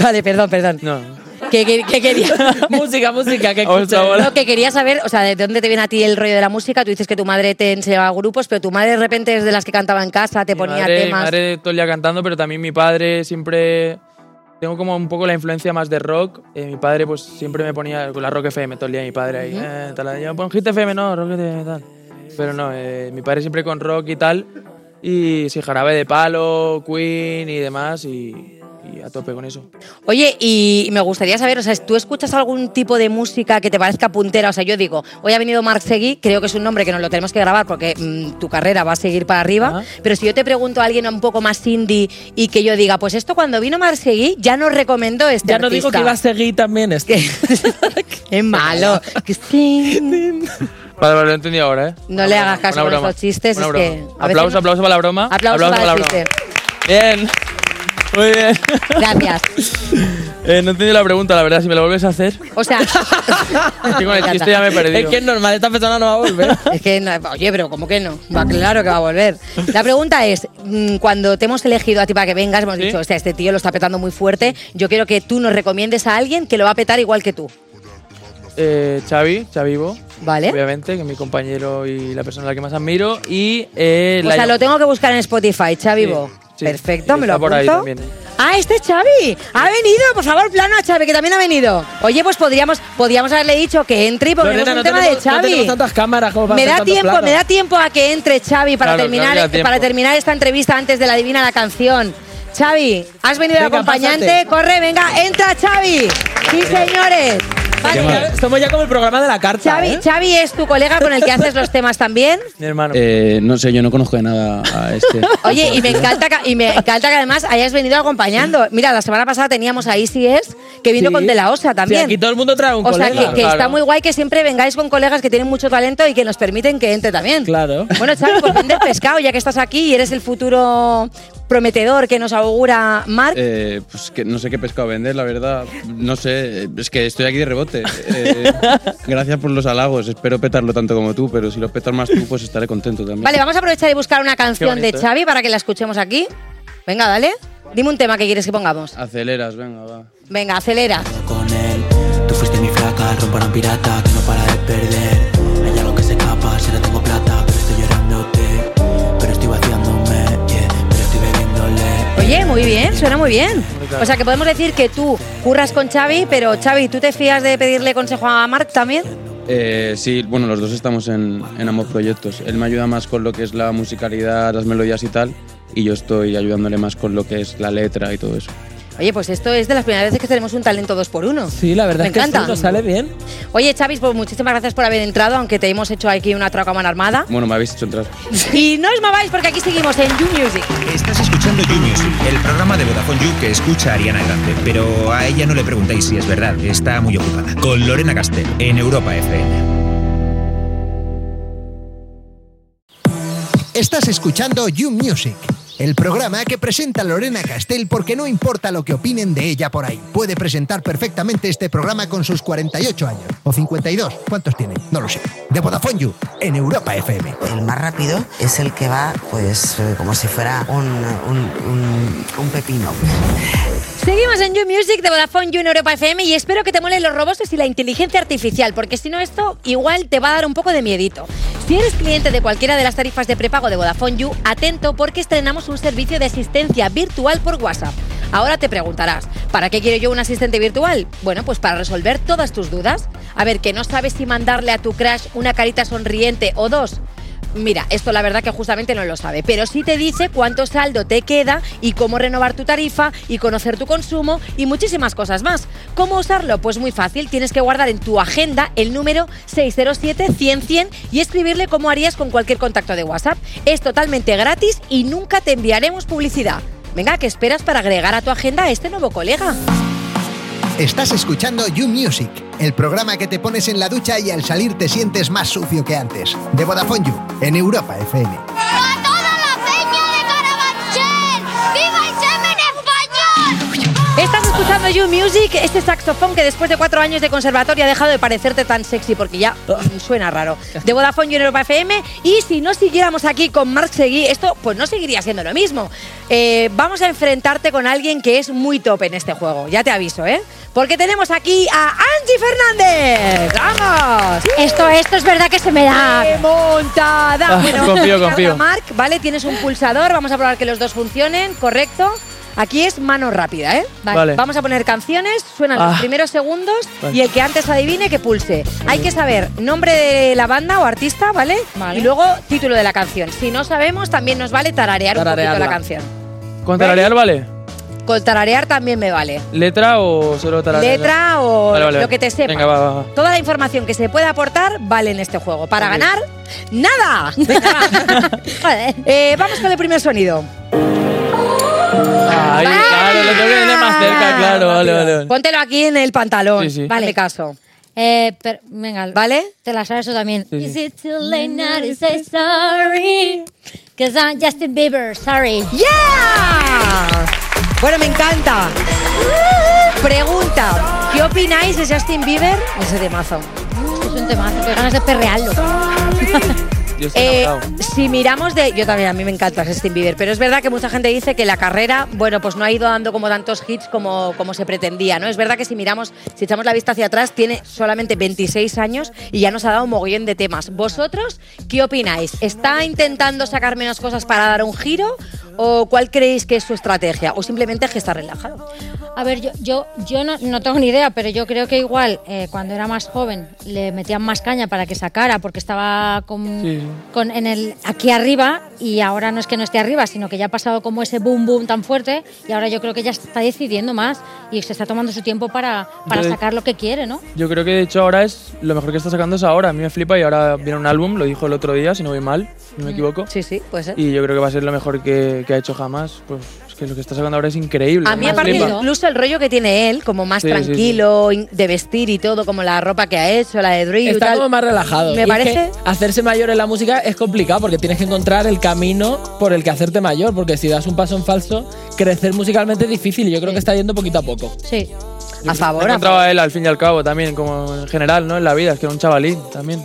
S2: Vale, perdón, perdón.
S9: No.
S2: ¿Qué, qué- qué quería?
S4: música, música, que
S9: Vamos
S4: escuches.
S9: ahora.
S2: Lo que quería saber, o sea, ¿de dónde te viene a ti el rollo de la música? Tú dices que tu madre te enseñaba grupos, pero tu madre de repente es de las que cantaba en casa, te
S9: Mi
S2: ponía
S9: madre, mi
S2: temas.
S9: madre todo el día cantando, pero también mi padre siempre... Tengo como un poco la influencia más de rock. Eh, mi padre pues siempre me ponía con la Rock FM todo el día, mi padre ahí. eh, tal, yo pon Hit FM, no, Rock FM, tal. Pero no, eh, mi padre siempre con rock y tal. Y sí, Jarabe de Palo, Queen y demás y, y a tope con eso.
S2: Oye, y me gustaría saber, o sea, ¿tú escuchas algún tipo de música que te parezca puntera? O sea, yo digo, hoy ha venido Marc Seguí, creo que es un nombre que nos lo tenemos que grabar porque mm, tu carrera va a seguir para arriba,
S9: Ajá.
S2: pero si yo te pregunto a alguien un poco más indie y que yo diga, pues esto cuando vino Marc Seguí ya no recomendó este
S4: Ya no digo que iba a seguir también esto.
S2: Es malo. Que sí.
S9: Vale, vale, lo he entendido ahora, ¿eh?
S2: No
S9: Una
S2: le
S9: broma,
S2: hagas caso
S9: una
S2: con
S9: broma,
S2: esos chistes,
S9: una
S2: es
S9: broma.
S2: que a veces
S9: Aplauso,
S2: no-
S9: aplauso para la broma.
S2: Aplauso para el chiste.
S9: Bien. Muy bien.
S2: Gracias.
S9: Eh, no he entendido la pregunta, la verdad. Si me la vuelves a hacer.
S2: O sea,
S9: Es que con el chiste ya me he perdido.
S4: Es que es normal, esta persona no va a volver.
S2: Es que, no- oye, pero ¿cómo que no?
S9: Mm.
S2: Va claro que va a volver. La pregunta es, mm, cuando te hemos elegido a ti para que vengas, hemos
S9: Sí.
S2: dicho, o sea, este tío lo está petando muy fuerte, yo quiero que tú nos recomiendes a alguien que lo va a petar igual que tú,
S9: Eh, Xavi, Xavivo.
S2: ¿vale?
S9: Obviamente, que es mi compañero y la persona a la que más admiro. Y eh,
S2: O sea,
S9: la...
S2: lo tengo que buscar en Spotify, Pues Xavi Bo.
S9: Sí,
S2: Perfecto, me lo
S9: está por ahí
S2: apunto.
S9: también. eh.
S2: Ah, este es Xavi. Ha venido, por favor, plano a Xavi, que también ha venido. Oye, pues podríamos, podríamos haberle dicho que entre y ponemos
S4: Lorena,
S2: un
S4: no
S2: tema
S4: tenemos-
S2: de
S4: no
S2: Xavi.
S4: tenemos tantas cámaras como para
S2: me
S4: hacer
S2: da
S4: tanto
S2: tiempo,
S4: plano.
S2: me da tiempo a que entre Xavi para
S4: Claro,
S2: terminar
S4: Xavi da tiempo.
S2: para terminar esta entrevista antes de la Divina la canción. Xavi, has venido de
S4: Venga,
S2: acompañante,
S4: pásate.
S2: corre, venga, entra Xavi. Sí, señores. Vale.
S4: Somos ya como el programa de la carta.
S2: Xavi,
S4: ¿eh?
S2: Xavi es tu colega con el que haces los temas también.
S9: Mi hermano.
S11: Eh, no sé, yo no conozco de nada a este.
S2: Oye, y me encanta que, y me encanta que además hayas venido acompañando. Mira, la semana pasada teníamos a Easy Es, que vino
S4: Sí.
S2: con De La Osa también.
S4: Sí, aquí todo el mundo trae un
S2: o sea, que,
S4: colega.
S2: que está muy guay que siempre vengáis con colegas que tienen mucho talento y que nos permiten que entre también.
S4: Claro.
S2: Bueno, Xavi, pues vende el pescado, ya que estás aquí y eres el futuro prometedor que nos augura Marc.
S11: Eh, pues que no sé qué pescado vender, la verdad. No sé, eh, es que estoy aquí de rebote. Eh, gracias por los halagos. Espero petarlo tanto como tú, pero si lo petas más tú, pues estaré contento también.
S2: Vale, vamos a aprovechar y buscar una canción de
S4: ¿eh?
S11: bonito.
S2: Xavi para que la escuchemos aquí. Venga, dale. Dime un tema que quieres que pongamos.
S11: Aceleras, venga, va.
S2: Venga, acelera.
S12: con él. Tú fuiste mi flaca, romperán pirata que no para de perder. Hay algo que se escapa, si no tengo plata, pero estoy llorándote. Pero estoy vaciándome, yeah, pero estoy bebiéndole.
S2: Oye, muy bien, suena muy bien. O sea que podemos decir que tú curras con Xavi, pero Xavi, ¿tú te fías de pedirle consejo a Marc también?
S11: Eh, sí, bueno, los dos estamos en, en ambos proyectos. Él me ayuda más con lo que es la musicalidad, las melodías y tal, y yo estoy ayudándole más con lo que es la letra y todo eso.
S2: Oye, pues esto es de las primeras veces que tenemos un talento dos por uno.
S4: Sí, la verdad
S2: Me
S4: es que
S2: encanta.
S4: esto nos sale bien.
S2: Oye, Xavi, pues muchísimas gracias por haber entrado, aunque te hemos hecho aquí una traca mano armada.
S11: Bueno, me habéis hecho entrar.
S2: Y no os mováis porque aquí seguimos en You Music.
S13: Estás escuchando You Music, el programa de Vodafone You que escucha a Ariana Grande, pero a ella no le preguntéis si es verdad, está muy ocupada. Con Lorena Castel, en Europa FM.
S6: Estás escuchando You Music, el programa que presenta Lorena Castell porque no importa lo que opinen de ella por ahí. Puede presentar perfectamente este programa con sus 48 años o 52, ¿cuántos tiene? No lo sé. De Vodafone You en Europa FM.
S14: El más rápido es el que va, pues, eh, como si fuera un, un- un- un pepino.
S2: Seguimos en You Music de Vodafone You en Europa FM y espero que te molen los robots y la inteligencia artificial, porque si no esto igual te va a dar un poco de miedito. Si eres cliente de cualquiera de las tarifas de prepago de Vodafone You, atento porque estrenamos un servicio de asistencia virtual por WhatsApp. Ahora te preguntarás, ¿para qué quiero yo un asistente virtual? Bueno, pues para resolver todas tus dudas. A ver, que no sabes si mandarle a tu crush una carita sonriente o dos. Mira, esto la verdad que justamente no lo sabe, pero sí te dice cuánto saldo te queda y cómo renovar tu tarifa y conocer tu consumo y muchísimas cosas más. ¿Cómo usarlo? Pues muy fácil, tienes que guardar en tu agenda el número 607-100-100 y escribirle como harías con cualquier contacto de WhatsApp. Es totalmente gratis y nunca te enviaremos publicidad. Venga, ¿qué esperas para agregar a tu agenda a este nuevo colega?
S6: Estás escuchando You Music, el programa que te pones en la ducha y al salir te sientes más sucio que antes. De Vodafone You en Europa FM.
S1: ¡Viva el semen español!
S2: Estás escuchando You Music, este saxofón que después de cuatro años de conservatorio ha dejado de parecerte tan sexy porque ya
S3: Ah.
S2: mm, suena raro. De Vodafone You en Europa FM. Y si no siguiéramos aquí con Marc Seguí, esto pues no seguiría siendo lo mismo. Eh, vamos a enfrentarte con alguien que es muy top en este juego, ya te aviso, ¿eh? Porque tenemos aquí a Angie Fernández. ¡Vamos!
S3: Esto, esto es verdad que se me da.
S2: ¡Qué montada!
S3: Ah,
S2: Bueno,
S3: confío,
S2: carga
S3: confío.
S2: Marc, ¿vale? Tienes un pulsador, vamos a probar que los dos funcionen, correcto. Aquí es mano rápida, ¿eh?
S3: Vale. Vale.
S2: Vamos a poner canciones, suenan
S3: Ah.
S2: los primeros segundos
S3: Vale.
S2: y el que antes adivine que pulse. Hay que saber nombre de la banda o artista, ¿vale? Y luego título de la canción. Si no sabemos, también nos vale tararear un poquito
S9: Tararearla.
S2: la canción.
S9: ¿Con tararear vale?
S2: Con tararear también me vale.
S9: ¿Letra o solo tararear?
S2: Letra o lo que te sepa.
S9: Venga, va, va, va.
S2: Toda la información que se pueda aportar vale en este juego. Para ganar, nada. Joder. Eh, vamos con el primer sonido.
S9: Ahí, claro, lo tengo que tener más cerca, claro, vale, vale. vale.
S2: Póntelo aquí en el pantalón.
S9: Sí, sí.
S2: Vale. caso.
S3: Eh, pero, venga,
S2: ¿vale?
S3: Te la sabes tú también.
S9: Sí, sí.
S3: Is it too late now to say sorry? Cause I'm Justin Bieber, sorry.
S2: ¡Yeah! Ah. Bueno, me encanta. Pregunta: ¿Qué opináis de Justin Bieber? Ese temazo.
S3: Es un temazo, que ganas de perrearlo.
S9: Yo
S2: Eh, si miramos de. Yo también, a mí me encanta Justin Bieber, pero es verdad que mucha gente dice que la carrera, bueno, pues no ha ido dando como tantos hits como, como se pretendía, ¿no? Es verdad que si miramos, si echamos la vista hacia atrás, tiene solamente 26 años y ya nos ha dado un mogollón de temas. ¿Vosotros qué opináis? ¿Está intentando sacar menos cosas para dar un giro? ¿O cuál creéis que es su estrategia? ¿O simplemente es que está relajado?
S3: A ver, yo, yo, yo no, no tengo ni idea, pero yo creo que igual eh, cuando era más joven le metían más caña para que sacara porque estaba con,
S9: Sí.
S2: Eh,
S3: con- en el, aquí arriba y ahora no es que no esté arriba, sino que ya ha pasado como ese boom boom tan fuerte y ahora yo creo que ya está decidiendo más y se está tomando su tiempo para, para
S9: Yo de-
S3: sacar lo que quiere, ¿no?
S9: Yo creo que de hecho ahora es lo mejor que está sacando es ahora. A mí me flipa y ahora viene un álbum, lo dijo el otro día, si no voy mal, no me
S2: Mm.
S9: equivoco.
S2: Sí, sí, puede ser.
S9: Y yo creo que va a ser lo mejor que, que ha hecho jamás. Pues es que lo que está sacando ahora es increíble.
S2: A mí,
S9: me
S2: aparte,
S9: flipa.
S2: incluso el rollo que tiene él, como más
S9: Sí, sí, sí.
S2: tranquilo, in- de vestir y todo, como la ropa que ha hecho, la de Drew. y
S4: Está
S2: tal.
S4: como más relajado. Y
S2: Me
S4: es
S2: parece.
S4: que hacerse mayor en la música es complicado porque tienes que encontrar el camino por el que hacerte mayor, porque si das un paso en falso, crecer musicalmente es difícil y yo creo que está yendo poquito a poco.
S3: Sí.
S2: A favor, ¿eh? a
S9: Me
S2: favor.
S9: encontraba él al fin y al cabo también, como en general, ¿no? En la vida, es que era un chavalín también.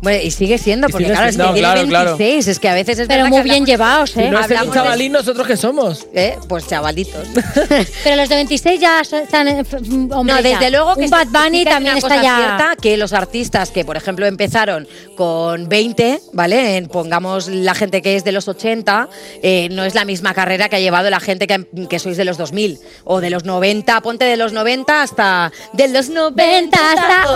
S2: Bueno, y sigue siendo, porque
S9: sigue
S2: claro, es que
S9: siendo. No,
S2: tiene
S9: claro, claro.
S2: 26, es que a veces es
S3: Pero
S2: verdad
S3: muy
S2: que
S3: bien llevados, ¿eh?
S2: Si no es el
S3: Hablamos de-
S9: chavalín, ¿nosotros qué somos?
S2: Eh, Pues chavalitos.
S3: Pero los de 26 ya son- están... eh, f- hombre,
S2: no,
S3: ya.
S2: desde luego que
S3: Un
S2: sí-
S3: Bad
S2: sí que hay
S3: Bunny
S2: una
S3: también
S2: cosa
S3: está ya...
S2: cierta que los artistas que por ejemplo empezaron con 20, ¿vale? En- pongamos la gente que es de los 80, eh, no es la misma carrera que ha llevado la gente que, que sois de los 2000 o de los 90, ponte de los 90 hasta de los 90 hasta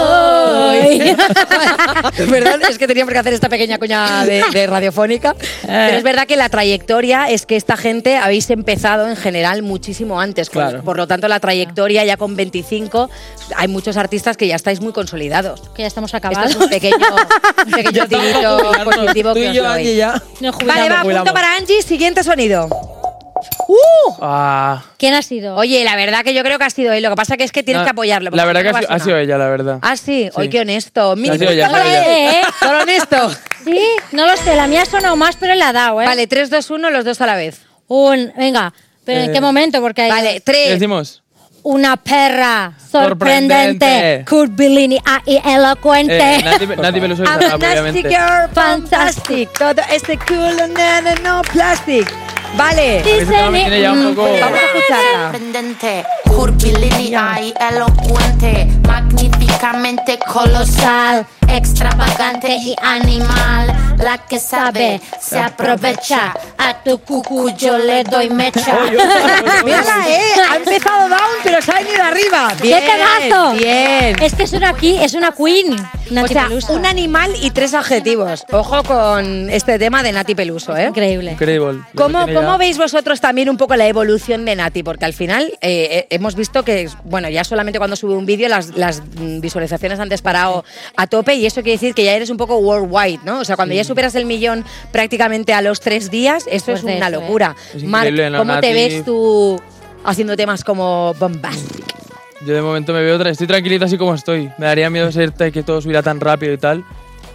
S2: hoy. Perdón, es que teníamos que hacer esta pequeña cuña de, de radiofónica.
S9: Eh.
S2: Pero es verdad que la trayectoria es que esta gente habéis empezado en general muchísimo antes. con-
S4: Claro.
S2: Por lo tanto, la trayectoria ya con 25, hay muchos artistas que ya estáis muy consolidados.
S3: Que ya estamos
S2: Esto
S3: acabados.
S2: es un pequeño, un pequeño tirito positivo que os doy.
S3: Nos
S2: Vale, va, punto para Angie. Siguiente sonido.
S9: Ah.
S3: ¡Uh! ¿Quién ha sido?
S2: Oye, la verdad que yo creo que ha sido él. Lo que pasa que es que tienes
S9: No,
S2: que apoyarlo.
S9: La
S2: porque
S9: verdad
S2: no
S9: que ha
S2: vas
S9: sido,
S2: a
S9: ha sido ella, la verdad.
S2: Ah, sí. Hoy
S9: Sí.
S2: qué honesto. Mínimo.
S9: sido ella, ha sido
S2: Ole,
S9: ella.
S2: ¿eh? Solo honesto.
S3: Sí, no lo sé, la mía ha sonado más, pero él la ha dado, ¿eh?
S2: Vale, 3, 2, 1, los dos a la vez.
S3: Un, venga, pero ¿en
S9: Eh,
S3: qué momento? Porque hay
S2: Vale,
S9: ¿Qué
S2: tres.
S9: decimos?
S3: una perra
S9: Sorprendente.
S3: sorprendente,
S2: ah,
S3: curvilínea y elocuente.
S9: Eh, Nati, Nati Peluso y Sarab, obviamente.
S2: girl, fantastic. Todo este culo, na, na, no plastic. Vale.
S9: Ese tema
S3: eh,
S9: me tiene ya un poco-
S2: Mm, pues Vamos a escucharla.
S15: Sorprendente, curvilínea y elocuente, magníficamente colosal, extravagante y animal. La que sabe se aprovecha, a tu cucu yo le doy mecha.
S2: Mírala, eh. Ha empezado down, pero se ha venido arriba. Bien,
S3: ¡Qué pedazo!
S2: Bien.
S3: Es que es una, qui- es una queen,
S2: O
S3: Nati
S2: sea,
S3: Peluso.
S2: un animal y tres adjetivos. Ojo con este tema de Nati Peluso, ¿eh?
S3: Increíble.
S9: Increíble.
S2: ¿Cómo,
S9: Tiene ya-
S2: cómo veis vosotros también un poco la evolución de Nati? Porque al final eh, eh, hemos visto que, bueno, ya solamente cuando sube un vídeo las, las, mm, visualizaciones han disparado a tope y eso quiere decir que ya eres un poco worldwide, ¿no? O sea, cuando ya superas el millón prácticamente a los tres días, eso
S3: Después
S2: es
S3: de
S2: una
S3: eso, ¿eh?
S2: locura.
S9: Es
S2: Marc,
S9: increíble, ¿no,
S2: ¿cómo te
S9: Nati?
S2: ves tú haciendo temas como Bombastic?
S9: Yo de momento me veo, tra- estoy tranquilita así como estoy. Me daría miedo ser ta- que todo subiera tan rápido y tal.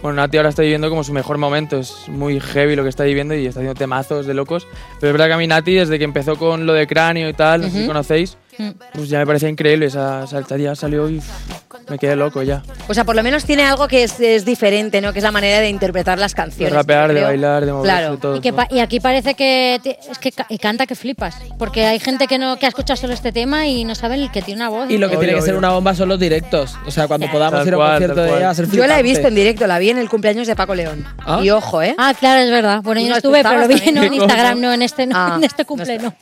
S9: Bueno, Nati ahora está viviendo como su mejor momento. Es muy heavy lo que está viviendo y está haciendo temazos de locos. Pero es verdad que a mí Nati, desde que empezó con lo de cráneo y tal, no sé si conocéis,
S2: Mm.
S9: pues ya me parecía increíble. Esa saltaría salió y pff, me quedé loco ya.
S2: O sea, por lo menos tiene algo que es, es diferente, ¿no? Que es la manera de interpretar las
S9: De
S2: canciones.
S9: rapear, de
S2: creo.
S9: bailar, de moverse,
S2: Claro.
S9: de todo.
S3: Y, que pa- y aquí parece que, te- es que ca- y canta que flipas, porque hay gente que no que ha escuchado solo este tema y no sabe el que tiene una voz.
S4: Y lo que
S9: Obvio,
S4: tiene que ser
S9: obvio.
S4: una bomba son los directos. O sea, cuando podamos
S9: Tal
S4: ir a un
S9: cual,
S4: concierto
S9: tal
S4: de ella
S9: cual.
S4: va a ser
S2: Yo la he
S4: flipante.
S2: visto en directo, la vi en el cumpleaños de Paco León.
S4: Ah.
S2: Y ojo, ¿eh?
S3: Ah, claro, es verdad. Bueno, yo
S2: No,
S3: no
S2: tú
S3: estuve, pero lo vi
S2: estabas
S3: no, en
S2: también.
S3: Instagram, no en este, no,
S2: Ah,
S3: en este
S2: no
S3: cumple, no.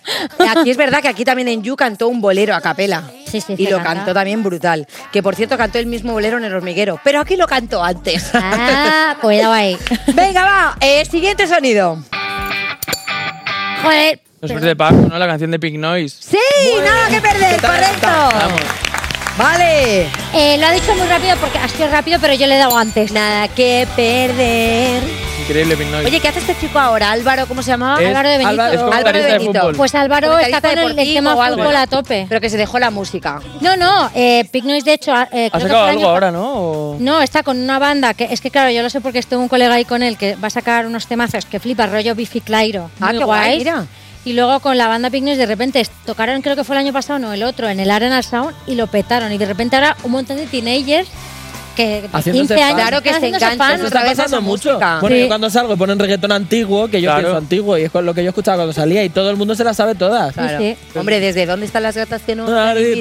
S2: Aquí es verdad que aquí también en You cantó un bolero a capela.
S3: Sí, sí,
S2: Y
S3: se
S2: lo
S3: canta.
S2: cantó también brutal. Que por cierto cantó el mismo bolero en el hormiguero. Pero aquí lo cantó antes.
S3: Ah, cuidado ahí.
S2: Venga, va. eh, siguiente sonido.
S3: Joder.
S9: Los Verdes de Paco, ¿no? La canción de Pink Noise.
S2: Sí, nada que perder, correcto.
S9: Vamos.
S2: Vale.
S3: Eh, lo ha dicho muy rápido porque ha sido rápido, pero yo le he dado antes.
S2: Nada que perder.
S9: Increíble Pink Noise.
S2: Oye, ¿qué hace este chico ahora? Álvaro, ¿cómo se llamaba?
S9: Es-
S3: Álvaro de Benito.
S9: Alba- es comentarista
S2: Álvaro de
S9: de
S2: Benito.
S9: fútbol.
S3: Pues Álvaro está
S2: Comentarista
S3: con el, el
S2: deportivo
S3: tema
S2: o algo.
S3: fútbol a tope.
S2: Pero que se dejó la música.
S3: No, no, eh, Pink Noise de hecho... eh, creo que
S9: ¿Ha
S2: este
S3: fue
S9: sacado
S3: el
S9: algo
S3: año
S9: ahora, no? O-
S3: No, está con una banda que es que claro, yo lo sé porque estuve un colega ahí con él que va a sacar unos temazos que flipa, rollo Biffy Clyro.
S2: Ah,
S3: muy
S2: qué guay,
S3: guays.
S2: mira.
S3: Y luego con la banda Pink Noise de repente es- tocaron, creo que fue el año pasado, no, el otro, en el Arena Sound y lo petaron. Y de repente ahora un montón de teenagers que de
S4: Haciéndose
S3: 15 años.
S4: fan.
S2: Claro que se
S3: haciéndose
S2: enganchan
S3: fan
S2: otra
S4: Está
S2: vez
S4: pasando
S2: esa
S4: mucho.
S2: música.
S4: Bueno,
S2: Sí.
S4: yo cuando salgo ponen reggaetón antiguo, que yo
S9: Claro.
S4: pienso antiguo, y es con lo que yo escuchaba cuando salía, y todo el mundo se la sabe todas.
S2: Claro. Hombre, ¿desde dónde están las gatas que no?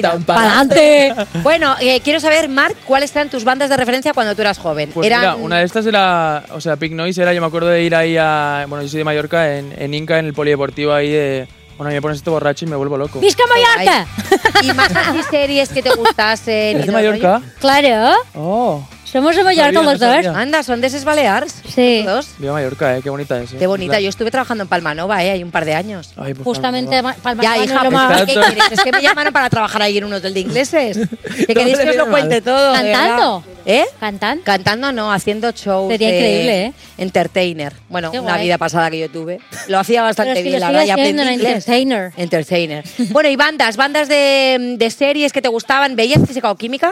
S4: tan
S2: ¡Pa'lante! bueno, eh, quiero saber, Marc, ¿cuáles eran tus bandas de referencia cuando tú eras joven?
S9: Pues
S2: Eran-
S9: mira, una de estas era, o sea, Pink Noise era, yo me acuerdo de ir ahí a, bueno, yo soy de Mallorca, en, en Inca, en el polideportivo ahí de, bueno, me pones esto borracho y me vuelvo loco.
S3: ¡Visca Mallorca!
S2: Y más así series que te gustasen.
S9: ¿Eres
S2: y
S9: de
S2: todo el
S9: Mallorca?
S2: rollo.
S3: Claro.
S9: Oh,
S3: Somos de Mallorca
S9: Sabía, no
S3: los dos.
S9: sabía.
S2: Anda, son de esos Balears.
S3: Sí.
S2: Dos.
S9: viva Mallorca, eh, qué bonita es. eh.
S2: Qué bonita.
S9: La-
S2: Yo estuve trabajando en Palmanova, ¿eh? Hay un par de años.
S9: Ay, por favor.
S3: Justamente Ma- Palma
S2: Ya,
S3: Nova no
S2: hija,
S3: es lo
S2: pues,
S3: más-
S2: ¿qué
S9: Tanto.
S2: queréis? Es que me llamaron para trabajar ahí en un hotel de ingleses. ¿Qué queréis
S9: No te
S2: que os lo
S9: viene
S2: cuente
S9: mal.
S2: todo? de verdad?
S3: ¿Cantando?
S2: ¿Eh?
S3: ¿Cantando?
S2: Cantando no, haciendo shows.
S3: Sería
S2: de
S3: increíble, ¿eh?
S2: Entertainer. Bueno,
S3: Qué
S2: una
S3: guay.
S2: vida pasada que yo tuve. Lo hacía bastante
S3: Pero si
S2: bien,
S3: lo
S2: la
S3: sigue
S2: verdad, y aprendí
S3: haciendo, era
S2: inglés.
S3: entertainer.
S2: Entertainer. bueno, y bandas, bandas de, de series que te gustaban. ¿Veías física o química?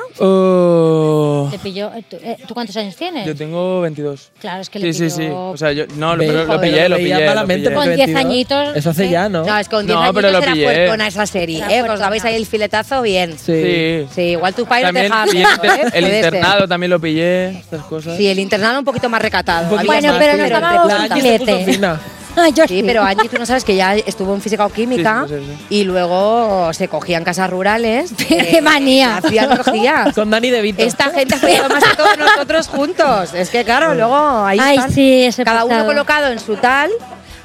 S9: Oh,
S3: Te pilló. eh, ¿Tú, eh, ¿tú cuántos años tienes?
S9: yo tengo 22.
S3: Claro, es que le
S9: Sí, sí,
S3: pilló.
S9: sí. O sea, yo, no, lo,
S4: Ve,
S9: pero lo
S4: joder,
S9: pillé,
S4: lo
S9: lo
S4: veía
S9: pillé. lo
S4: malamente
S9: pillé.
S3: con 10 añitos.
S4: Eso hace
S3: ¿eh?
S4: ya, ¿no?
S2: No, es con 10
S9: No, pero
S2: añitos
S9: lo
S2: era
S9: pillé.
S2: fuertona esa serie,
S3: Era
S2: ¿eh? Os dabais ahí el filetazo bien.
S9: Sí.
S2: Sí, igual tu padre
S9: También
S2: te dejaba
S9: pillé
S2: hacerlo, ¿eh?
S9: el
S2: Puede ser.
S9: internado, también lo pillé, estas cosas.
S2: Sí, el internado un poquito más recatado.
S9: poquito
S2: Había
S3: Bueno,
S2: más
S3: pero
S2: que
S3: nos
S2: entre
S3: daba
S2: puntas.
S3: un
S4: Aquí se puso
S3: filete.
S4: fina.
S3: Ay, yo
S2: Sí, pero Angie, tú no sabes que ya estuvo en física o química
S9: Sí, sí, sí, sí.
S2: y luego se cogían casas rurales.
S3: ¡Qué manía!
S2: Hacían orgías.
S4: Con Dani De Vito.
S2: Esta gente ha jugado más que todos nosotros juntos. Es que claro, luego ahí
S3: Ay,
S2: están.
S3: sí, ese
S2: cada uno
S3: pasado.
S2: colocado en su tal.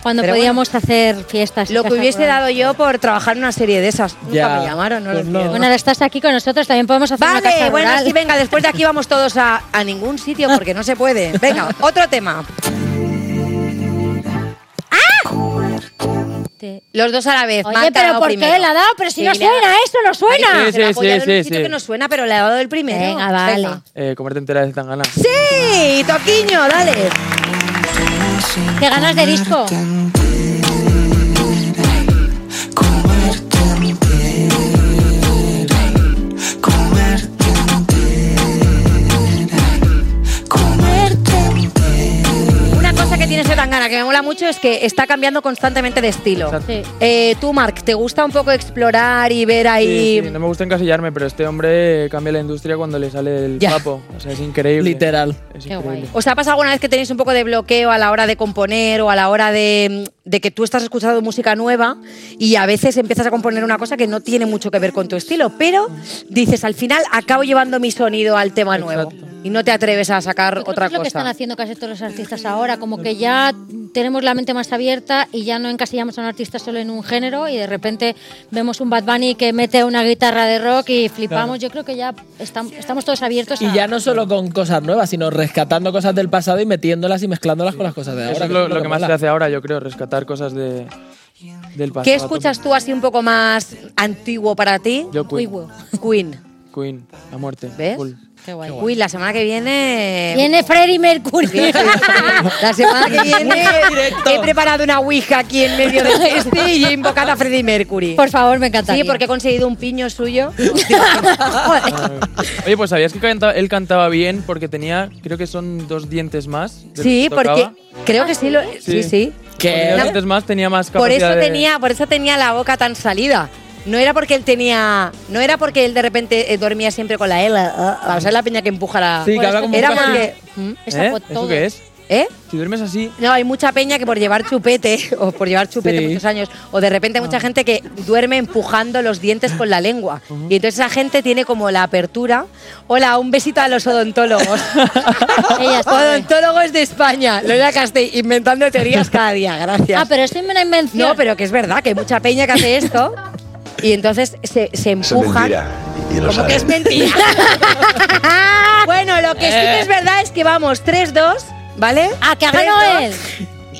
S3: Cuando
S2: Pero
S3: podíamos hacer fiestas.
S2: Lo que
S3: chicas,
S2: hubiese
S3: ¿acordáis?
S2: dado yo por trabajar en una serie de esas.
S4: Ya.
S2: Nunca me llamaron, no lo
S4: Pues no.
S2: entiendo.
S3: Bueno, ahora estás aquí con nosotros, también podemos hacer una casa
S2: Vale, bueno,
S3: rural.
S2: sí, venga, después de aquí vamos todos a, a ningún sitio porque no se puede. Venga, otro tema.
S3: Te-
S2: Los dos a la vez.
S3: ¡Ah! Oye,
S2: Marta ha
S3: pero
S2: dado
S3: ¿por
S2: primero.
S3: qué la ha dado? Pero si
S2: Sí,
S3: no
S2: le ha dado.
S3: suena, eso no suena.
S9: Sí,
S2: Se la ha
S9: sí,
S2: apoyado
S9: sí,
S2: en un
S9: sí,
S2: sitio
S9: sí.
S2: que no suena, pero le ha dado el primero.
S3: Venga, vale.
S9: Eh, comerte entera de tan ganas.
S2: Sí, Toquiño, dale.
S3: Qué ganas de disco.
S2: Una cosa que tiene Setangana que me mola mucho es que está cambiando constantemente de estilo.
S9: Exacto.
S3: Sí.
S2: Eh, tú, Marc, ¿te gusta un poco explorar y ver ahí?
S9: Sí, sí, no me gusta encasillarme, pero este hombre cambia la industria cuando le sale el
S2: Ya.
S9: papo. O sea, es increíble.
S4: Literal.
S9: Es
S3: Qué
S9: increíble.
S2: ¿Os ha pasado alguna vez que tenéis un poco de bloqueo a la hora de componer o a la hora de, de que tú estás escuchando música nueva y a veces empiezas a componer una cosa que no tiene mucho que ver con tu estilo, pero dices al final acabo llevando mi sonido al tema nuevo y no te atreves a sacar
S3: Yo creo
S2: otra
S3: que es lo que están
S2: cosa?
S3: haciendo casi todos los artistas ahora, como que ya tenemos la mente más abierta y ya no encasillamos a un artista solo en un género y de repente vemos un Bad Bunny que mete una guitarra de rock y flipamos. Yo creo que ya estam- estamos todos abiertos
S4: Y
S3: a-
S4: ya no solo con cosas nuevas, sino rescatando cosas del pasado y metiéndolas y mezclándolas con las cosas de ahora.
S9: Eso es
S4: que
S9: lo, lo que más
S4: mola.
S9: se hace ahora, yo creo, rescatar cosas de, del pasado.
S2: ¿Qué escuchas tú así un poco más antiguo para ti?
S9: Yo Queen.
S3: Uy, wow.
S2: Queen.
S9: Queen, a muerte.
S2: ¿Ves?
S9: Full.
S3: Qué guay.
S2: Uy, la semana que viene.
S3: Viene Freddie Mercury.
S2: La semana que viene
S4: directo.
S2: he preparado una ouija aquí en medio del este y he invocado a Freddie Mercury.
S3: Por favor, me encanta.
S2: Sí, porque he conseguido un piño suyo.
S9: Oye, pues sabías que canta- él cantaba bien porque tenía, creo que son dos dientes más. de los
S2: Sí,
S9: que
S2: porque
S9: tocaba.
S2: creo que sí, lo, sí,
S9: Sí.
S2: sí.
S9: Con dos
S2: Una-
S9: dientes más tenía más
S2: Por
S9: capacidad
S2: eso
S9: de-
S2: tenía, por eso tenía la boca tan salida. No era porque él tenía, no era porque él de repente eh, dormía siempre con la L, ah, o sea, es la piña que empuja la.
S4: Sí, que habla como
S2: era
S4: un casi-
S2: porque, ¿Mm?
S9: ¿Eh? ¿Eso qué es?
S2: ¿eh?
S9: Si duermes así,
S2: No, hay mucha peña que por llevar chupete, o por llevar chupete
S9: Sí. Ah.
S2: muchos años, o de repente mucha gente que duerme empujando los dientes con la lengua. Y entonces esa gente tiene como la apertura. Hola, un besito a los odontólogos.
S3: Ella sabe.
S2: odontólogos de España. Lola Castell, inventando teorías cada día, gracias.
S3: Ah, pero es una invención.
S2: No, pero que es verdad que hay mucha peña que hace esto. Y entonces se, se empujan. Como que es mentira. bueno, lo que sí que es verdad es que vamos 3-2, ¿vale?
S3: Ah, que ha
S2: Tres,
S3: ganado
S2: dos.
S3: él.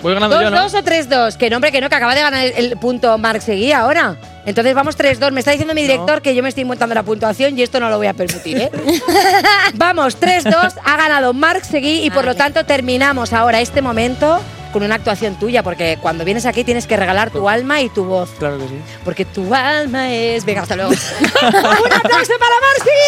S9: voy ganando yo,
S2: 2-2
S9: ¿no?
S2: o 3-2. Que no, hombre, que no, que acaba de ganar el, el punto Marc Seguía ahora. Entonces vamos 3-2. Me está diciendo mi director que yo me estoy inventando la puntuación y esto no lo voy a permitir, ¿eh? vamos, 3-2. Ha ganado Marc Seguí y por lo tanto terminamos ahora este momento con una actuación tuya, porque cuando vienes aquí tienes que regalar tu alma y tu voz.
S9: Claro que sí.
S2: Porque tu alma es. Venga, hasta luego. ¡Un aplauso para Marci!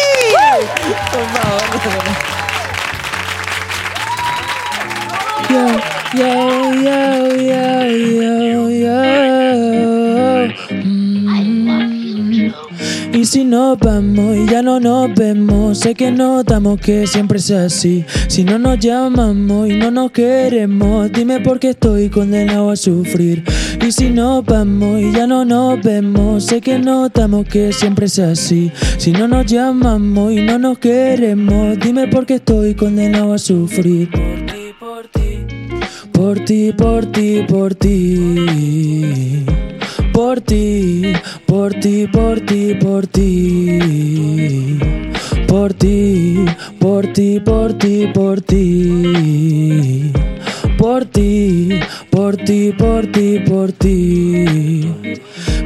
S4: Y si no vamos, ya no
S16: no nos vemos, sé que notamos que siempre es así. Si no nos llamamos y no nos queremos, dime por qué estoy condenado a sufrir. Y si no vamos y ya no nos vemos, sé que notamos que siempre es así. Si no nos llamamos y no nos queremos, dime por qué estoy condenado a sufrir. Por ti, por ti, por ti. Por ti, por ti, por ti, por ti. Por ti, por ti, por ti, por ti. Por ti, por ti, por ti, por ti.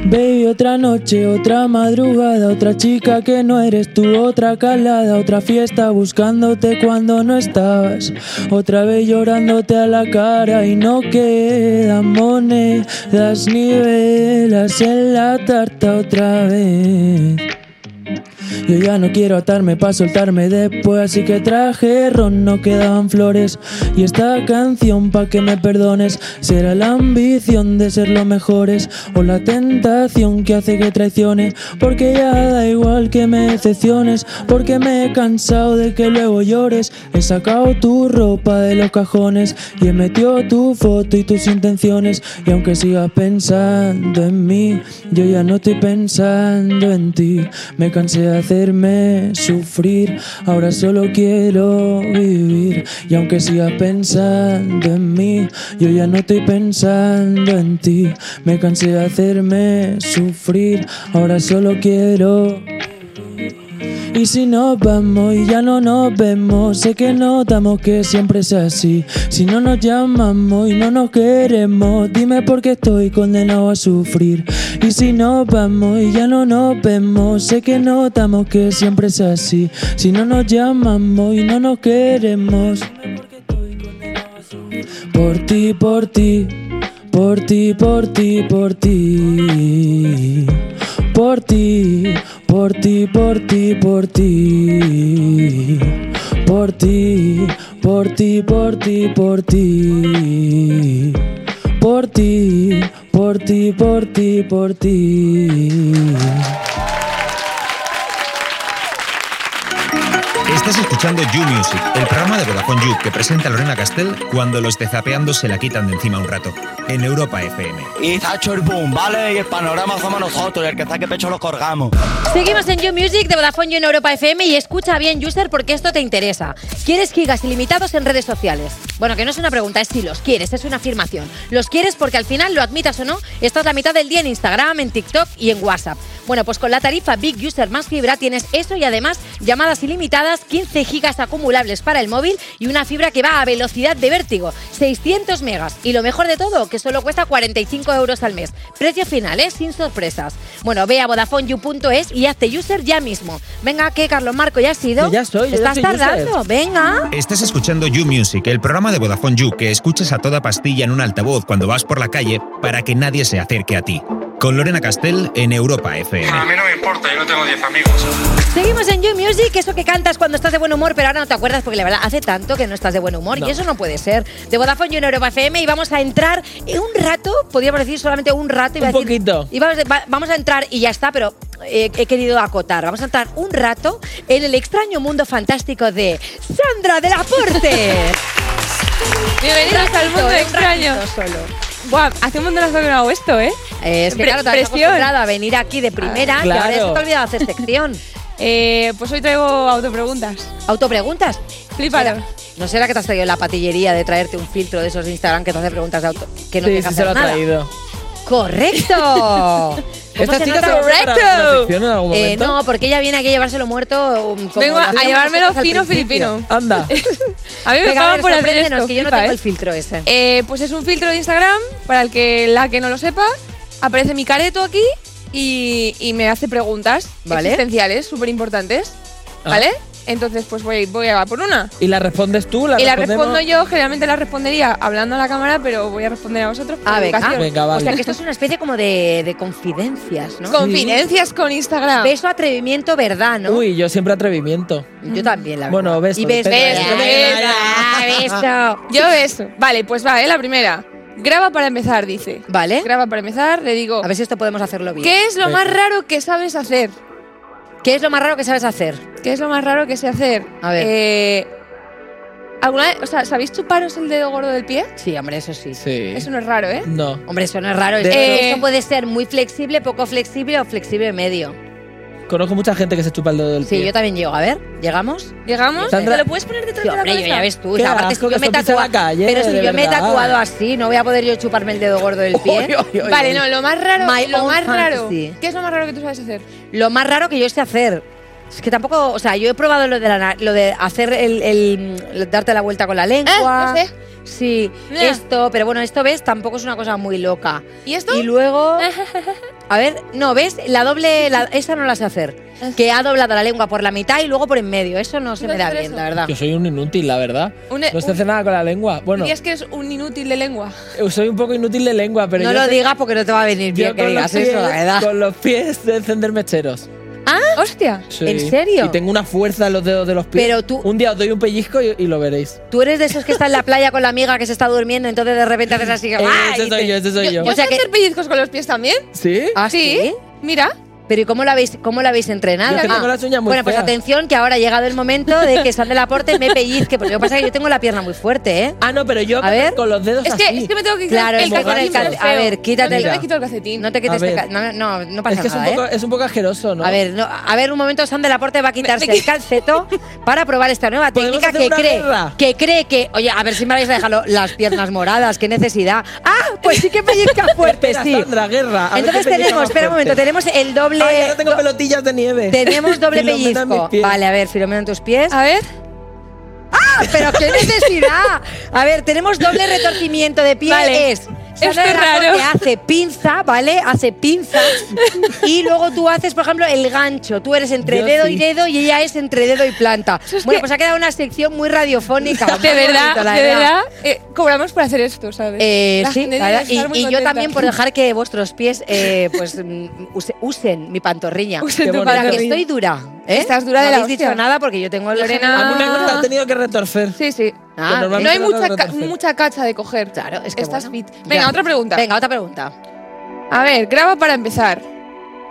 S16: Baby, otra noche, otra madrugada, otra chica que no eres tú, otra calada, otra fiesta buscándote cuando no estabas, otra vez llorándote a la cara y no quedan monedas ni velas en la tarta otra vez. Yo ya no quiero atarme para soltarme después, así que traje ron, no quedaban flores. Y esta canción pa' que me perdones, será la ambición de ser los mejores, o la tentación que hace que traicione. Porque ya da igual que me decepciones, porque me he cansado de que luego llores. He sacado tu ropa de los cajones, y he metido tu foto y tus intenciones. Y aunque sigas pensando en mí, yo ya no estoy pensando en ti. Me cansé de hacerme sufrir, ahora solo quiero vivir. Y aunque sigas pensando en mí, yo ya no estoy pensando en ti. Me cansé de hacerme sufrir, ahora solo quiero y si nos vamos y ya no nos vemos, sé que notamos que siempre es así. Si no nos llamamos y no nos queremos, dime por qué estoy condenado a sufrir. Y si nos vamos y ya no nos vemos, sé que notamos que siempre es así. Si no nos llamamos y no nos queremos, por ti, por ti, por ti, por ti, por ti. Por ti, por ti, por ti, por ti. Por ti, por ti, por ti, por ti. Por ti, por ti, por ti, por ti.
S13: Estás escuchando You Music, el programa de Vodafone You que presenta Lorena Castell cuando los de Zapeando se la quitan de encima un rato. En Europa FM.
S17: Y se ha hecho el boom, ¿vale? Y el panorama somos nosotros, y el que saque pecho lo colgamos.
S2: Seguimos en You Music de Vodafone You en Europa FM y escucha bien, user, porque esto te interesa. ¿Quieres gigas ilimitados en redes sociales? Bueno, que no es una pregunta, es si los quieres, es una afirmación. Los quieres porque al final, lo admitas o no, estás la mitad del día en Instagram, en TikTok y en WhatsApp. Bueno, pues con la tarifa Big User más fibra tienes eso y además llamadas ilimitadas, 15 gigas acumulables para el móvil y una fibra que va a velocidad de vértigo, 600 megas. Y lo mejor de todo, que solo cuesta 45 euros al mes. Precio final, ¿eh? sin sorpresas. Bueno, ve a vodafoneyou.es y hazte user ya mismo. Venga, que Carlos Marco ya ha sido. Ya
S4: soy, yo ya
S2: Estás
S4: soy
S2: tardando,
S4: user.
S2: venga.
S13: Estás escuchando You Music, el programa de Vodafone You que escuchas a toda pastilla en un altavoz cuando vas por la calle para que nadie se acerque a ti. Con Lorena Castell en Europa FM.
S10: mí no me importa, yo no tengo 10 amigos.
S2: Seguimos en You Music, eso que cantas cuando estás de buen humor, pero ahora no te acuerdas porque la verdad hace tanto que no estás de buen humor
S3: No.
S2: y eso no puede ser. De Vodafone You en Europa FM y vamos a entrar en un rato, podríamos decir solamente un rato. iba
S4: Un
S2: a decir-
S4: poquito.
S2: Y vamos, va- vamos a entrar y ya está, pero eh, he querido acotar. Vamos a entrar un rato en el extraño mundo fantástico de Sandra de la Porte.
S5: Bienvenidos al mundo extraño. Buah, hace un montón de rato que no hago esto, ¿eh?
S2: Es que claro, te habías acostumbrado a venir aquí de primera y ahora se te ha olvidado hacer sección.
S5: Ah, pues hoy traigo autopreguntas.
S2: ¿Autopreguntas?
S5: Flipalo.
S2: ¿No será que te has traído la patillería de traerte un filtro de esos de Instagram que te hace preguntas de auto que no
S4: sí,
S2: tienes
S4: sí,
S2: que
S4: se
S2: hacer
S4: lo ha
S2: nada?
S4: traído.
S2: ¡Correcto! Pues
S4: Esta
S2: se
S4: chica
S2: nota?
S4: se va a preparar una sección en algún
S2: Eh,
S4: momento.
S2: no, porque ella viene aquí a llevárselo muerto. um, como
S5: Vengo
S2: lo
S5: a
S2: hacíamos
S5: llevármelo
S2: nosotros al
S5: fino
S2: principio.
S5: filipino.
S4: Anda.
S5: A mí me
S2: Venga, a
S5: pagan
S2: ver,
S5: por hacer
S2: sorpréndenos,
S5: esto.
S2: que yo no
S5: flipa,
S2: tengo
S5: ¿eh?
S2: el filtro ese.
S5: Eh, pues es un filtro de Instagram para el que la que no lo sepa aparece mi careto aquí y, y me hace preguntas
S4: Vale.
S5: existenciales súper importantes,
S4: Ah.
S5: ¿vale? Entonces pues voy voy a por una.
S4: ¿Y la respondes tú? ¿La
S5: y la
S4: respondemos?
S5: respondo yo, generalmente la respondería hablando a la cámara, pero voy a responder a vosotros. por
S2: Ah, venga.
S5: educación.
S2: O sea que esto es una especie como de, de confidencias, ¿no?
S5: Confidencias con Instagram.
S2: Beso, atrevimiento, verdad, ¿no?
S4: Uy, yo siempre atrevimiento.
S2: Yo también, la verdad.
S4: Bueno, beso.
S2: Y beso.
S4: espera,
S5: Beso,
S4: espera.
S5: beso, beso. Ah, Yo beso. Vale, pues va, ¿eh? La primera. Graba para empezar, dice.
S2: Vale.
S5: Graba para empezar, le digo. A
S2: ver si esto podemos hacerlo bien.
S5: ¿Qué es lo más
S2: Venga.
S5: raro que sabes hacer?
S2: ¿Qué es lo más raro que sabes hacer?
S5: ¿Qué es lo más raro que sé hacer?
S2: A ver.
S5: Eh, ¿alguna vez- o sea, ¿sabéis chuparos el dedo gordo del pie?
S2: Sí, hombre, eso sí.
S4: Sí.
S5: Eso no es raro, ¿eh?
S4: No.
S2: Hombre, eso no es raro.
S4: De-
S2: eso- eso puede ser muy flexible, poco flexible o flexible medio.
S4: Conozco mucha gente que se chupa el dedo del
S2: Sí,
S4: pie.
S2: yo también llego. A ver, ¿llegamos?
S5: ¿Llegamos?
S4: Sandra- ¿Te lo
S5: puedes poner detrás
S2: sí,
S5: de la
S2: hombre, yo
S5: cabeza?
S2: ya ves tú.
S4: Qué
S2: o sea, aparte, si
S4: asco,
S2: yo
S4: que
S2: me he
S4: esto pisa
S2: tatua-
S4: la calle,
S2: Pero si
S4: de
S2: yo me he
S4: verdad.
S2: tatuado así, no voy a poder yo chuparme el dedo gordo del pie.
S4: Oy, oy, oy,
S5: Vale, no, lo más raro,
S2: My
S5: lo
S2: own
S5: más raro.
S2: fantasy.
S5: ¿Qué es lo más raro que tú sabes hacer?
S2: Lo más raro que yo sé hacer. Es que tampoco, o sea, yo he probado lo de, la na- lo de hacer el, el- darte la vuelta con la lengua.
S5: lo sé.
S2: Sí,
S5: Ya.
S2: esto, pero bueno, esto ves, tampoco es una cosa muy loca.
S5: ¿Y esto? Ah,
S2: Y luego, a ver, no, ves, la doble, la, esa no la sé hacer. Que ha doblado la lengua por la mitad y luego por en medio. Eso no se me da bien, la verdad.
S4: Yo soy un inútil, la verdad.
S5: Un-
S4: no sé
S5: un-
S4: hacer nada con la lengua. Bueno,
S5: Dirías que es un inútil de lengua.
S4: soy un poco inútil de lengua, pero
S2: No
S4: yo
S2: lo
S4: sé-
S2: digas porque no te va a venir
S4: yo
S2: bien que
S4: con los
S2: digas eso, la
S4: pies-
S2: verdad.
S4: Con los pies de encender mecheros.
S2: ¿Ah?
S5: ¡Hostia!
S4: Sí.
S2: ¿En serio?
S4: Y tengo una fuerza en los dedos de los pies.
S2: Pero tú-
S4: Un día os doy un pellizco y, y lo veréis.
S2: Tú eres de esos que está en la playa con la amiga que se está durmiendo, entonces de repente haces así. ¡ah!
S4: ese
S2: y
S4: soy
S2: te-
S4: yo, ese soy yo.
S5: ¿Yo sé hacer pellizcos con los pies también?
S4: ¿Sí?
S2: ¿Ah, sí?
S5: Mira.
S2: Pero ¿y cómo la habéis, cómo la habéis entrenado?
S4: Yo es que
S2: Ah.
S4: tengo las uñas muy
S2: bueno, pues
S4: feas.
S2: atención que ahora ha llegado el momento de que Sandra Laporte me pellizque, porque lo que pasa es que yo tengo la pierna muy fuerte, ¿eh?
S4: Ah, no, pero yo
S2: A ver.
S4: con los dedos
S5: Es que,
S4: así.
S5: es que me tengo que quitar
S2: Claro,
S5: el
S2: es que con el
S5: calcetín.
S2: cal-
S5: pero
S2: A
S5: feo.
S2: ver,
S5: No,
S2: quítate
S5: no me
S2: el
S5: quito el calcetín.
S2: No te quites
S4: A
S2: el
S4: ver.
S2: calcetín. No, no, no pasa
S4: Es que es un,
S2: nada,
S4: poco,
S2: ¿eh?
S4: es un poco asqueroso, ¿no?
S2: A ver, no, a ver, un momento, Sandra Laporte va a quitarse
S5: me-
S2: el calceto para probar esta nueva
S4: ¿Podemos
S2: técnica
S4: hacer
S2: que
S4: una
S2: cree,
S4: guerra?
S2: que cree que, oye, a ver si me vais a dejar las piernas moradas, qué necesidad. Ah, pues sí que pellizca fuerte,
S4: Espera,
S2: sí.
S4: Sandra, guerra. a ver
S2: Entonces
S4: qué pellizca
S2: tenemos,
S4: más
S2: espera un momento,
S4: fuerte.
S2: tenemos el doble.
S4: Ay, ahora tengo
S2: do-
S4: pelotillas de nieve.
S2: Tenemos doble
S4: Filomena en mis
S2: pellizco.
S4: pies.
S2: Vale, a ver, Filomena en tus pies.
S5: A ver.
S2: ¡Ah! ¡Pero qué necesidad! A ver, tenemos doble retorcimiento de pie.
S5: Vale.
S2: Es. Sandra
S5: Esto es
S2: de la
S5: raro.
S2: Corte hace pinza, ¿vale? Hace pinza. Y luego tú haces, por ejemplo, el gancho. Tú eres entre
S4: Yo
S2: dedo
S4: sí.
S2: y dedo y ella es entre dedo y planta. Bueno, pues ha quedado una sección muy radiofónica. muy
S5: De verdad,
S2: bonito, la
S5: de verdad, eh, cobramos por hacer esto, ¿sabes?
S2: Eh,
S5: La
S2: sí,
S5: gente
S2: la
S5: debe
S2: verdad. Y,
S5: estar muy
S2: y yo
S5: contenta.
S2: también por dejar que vuestros pies eh, pues, mm, use- usen mi pantorrilla.
S5: Usen
S4: Qué tu bonito.
S2: Para que
S5: pantorrilla.
S2: estoy dura. ¿eh?
S5: Estás dura
S2: no
S5: de la
S2: habéis dicho
S5: hostia.
S2: nada porque yo tengo el
S5: Lorena-
S4: Alguna cosa ha tenido que retorcer.
S5: Sí, sí.
S2: Ah,
S4: Que normalmente
S5: No hay
S4: la
S5: mucha, ca-
S4: retorcer.
S5: mucha cacha de coger.
S2: Claro, es que
S5: Estás
S2: bueno.
S5: fit. Venga,
S2: Ya.
S5: otra pregunta.
S2: Venga, otra pregunta.
S5: A ver, graba para empezar.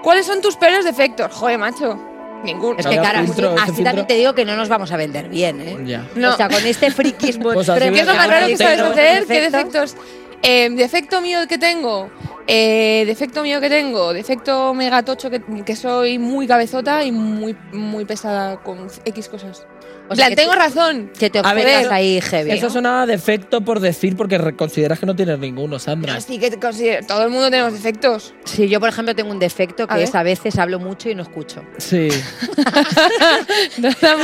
S5: ¿Cuáles son tus peores defectos? Joder, macho. Ninguno.
S2: Es
S4: No
S2: que,
S4: habrá
S2: cara,
S4: filtro, ese
S2: así también
S4: filtro.
S2: te digo que no nos vamos a vender bien, ¿eh?
S4: Pues Ya.
S5: No.
S2: O sea, con este friquismo.
S4: Pues así
S2: extremo
S5: ¿Qué es lo más
S2: habrá
S5: raro que
S2: de
S5: sabes
S2: todos
S5: hacer?
S2: los
S5: ¿Qué
S2: defectos,
S5: defectos? Eh, defecto mío que tengo. eh, defecto mío que tengo. Defecto megatocho que, que soy muy cabezota y muy, muy pesada con X cosas.
S2: O
S5: O
S2: sea,
S5: sea,
S2: que
S5: tengo
S2: tú-
S5: razón.
S2: Que te
S4: A ver,
S2: objetas
S4: eso-
S2: ahí, heavy.
S4: Eso sonaba defecto por decir porque re- consideras que no tienes ninguno, Sandra.
S5: Pero sí que te considero- todo el mundo tenemos defectos.
S2: Sí, yo, por ejemplo, tengo un defecto
S5: A
S2: que
S5: ver.
S2: es a veces hablo mucho y no escucho.
S4: Sí.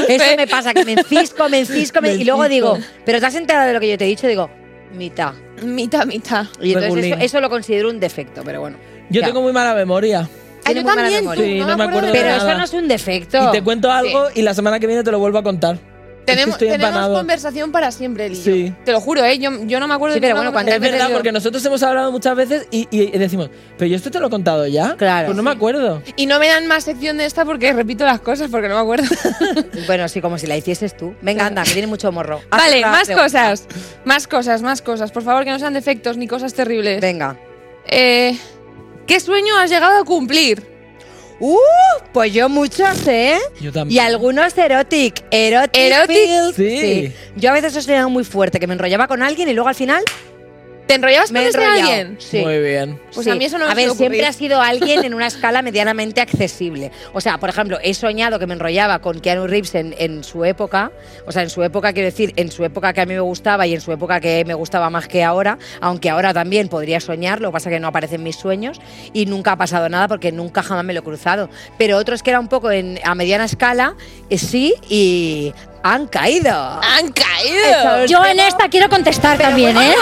S2: Eso me pasa, que me encisco, me encisco, me- y luego
S4: Mencisco.
S2: digo, pero te has enterado de lo que yo te he dicho, digo, mitad.
S5: Mitad, mitad.
S2: Y entonces
S4: Regulín.
S2: eso, eso lo considero un defecto, pero bueno.
S4: Yo
S2: Ya.
S4: tengo muy mala memoria.
S5: Ah,
S2: Tiene
S5: yo
S2: muy mala
S5: también.
S2: memoria.
S4: Sí,
S5: tú,
S4: no me acuerdo
S5: de
S2: Pero
S5: nada.
S2: eso no es un defecto.
S4: Y te cuento algo y la semana que viene te lo vuelvo a contar. Es que
S5: Tenemos,
S4: estoy
S5: tenemos
S4: empanado.
S5: conversación para siempre, Lili.
S4: Sí.
S5: Te lo juro, ¿eh? Yo, yo no me acuerdo
S2: Sí,
S5: de
S2: pero
S5: ninguna
S2: bueno, cuando
S5: conversación.
S4: Es verdad, porque nosotros hemos hablado muchas veces y, y decimos, pero yo esto te lo he contado ya.
S2: Claro.
S4: Pues no me acuerdo.
S5: Y no me dan más sección de esta porque repito las cosas porque no me acuerdo.
S2: Bueno, sí, como si la hicieses tú. Venga, anda, que tiene mucho morro. Haz
S5: vale,
S2: otra
S5: más
S2: pregunta.
S5: cosas. Más cosas, más cosas. Por favor, que no sean defectos ni cosas terribles.
S2: Venga.
S5: Eh, ¿Qué sueño has llegado a cumplir?
S2: Uh, pues yo muchos, ¿eh?
S4: Yo
S2: Y
S4: también.
S2: algunos erotic. Erotic. feels,
S5: Erotic.
S4: Sí.
S2: Yo a veces he soñado muy fuerte, que me enrollaba con alguien y luego al final
S5: ¿Te enrollabas
S2: me he
S5: con este
S2: enrollado.
S5: alguien?
S2: Sí.
S4: Muy bien.
S5: Pues
S2: Sí.
S5: a mí eso no me
S2: A ver,
S5: suele ocurrir.
S2: siempre ha sido alguien en una escala medianamente accesible. O sea, por ejemplo, he soñado que me enrollaba con Keanu Reeves en, en su época. O sea, en su época, quiero decir, en su época que a mí me gustaba y en su época que me gustaba más que ahora. Aunque ahora también podría soñar, lo que pasa que no aparecen mis sueños. Y nunca ha pasado nada porque nunca jamás me lo he cruzado. Pero otros que era un poco en, a mediana escala, eh, sí, y han caído.
S5: ¡Han caído!
S2: Eso es.
S3: Yo en esta quiero contestar también, ¿eh?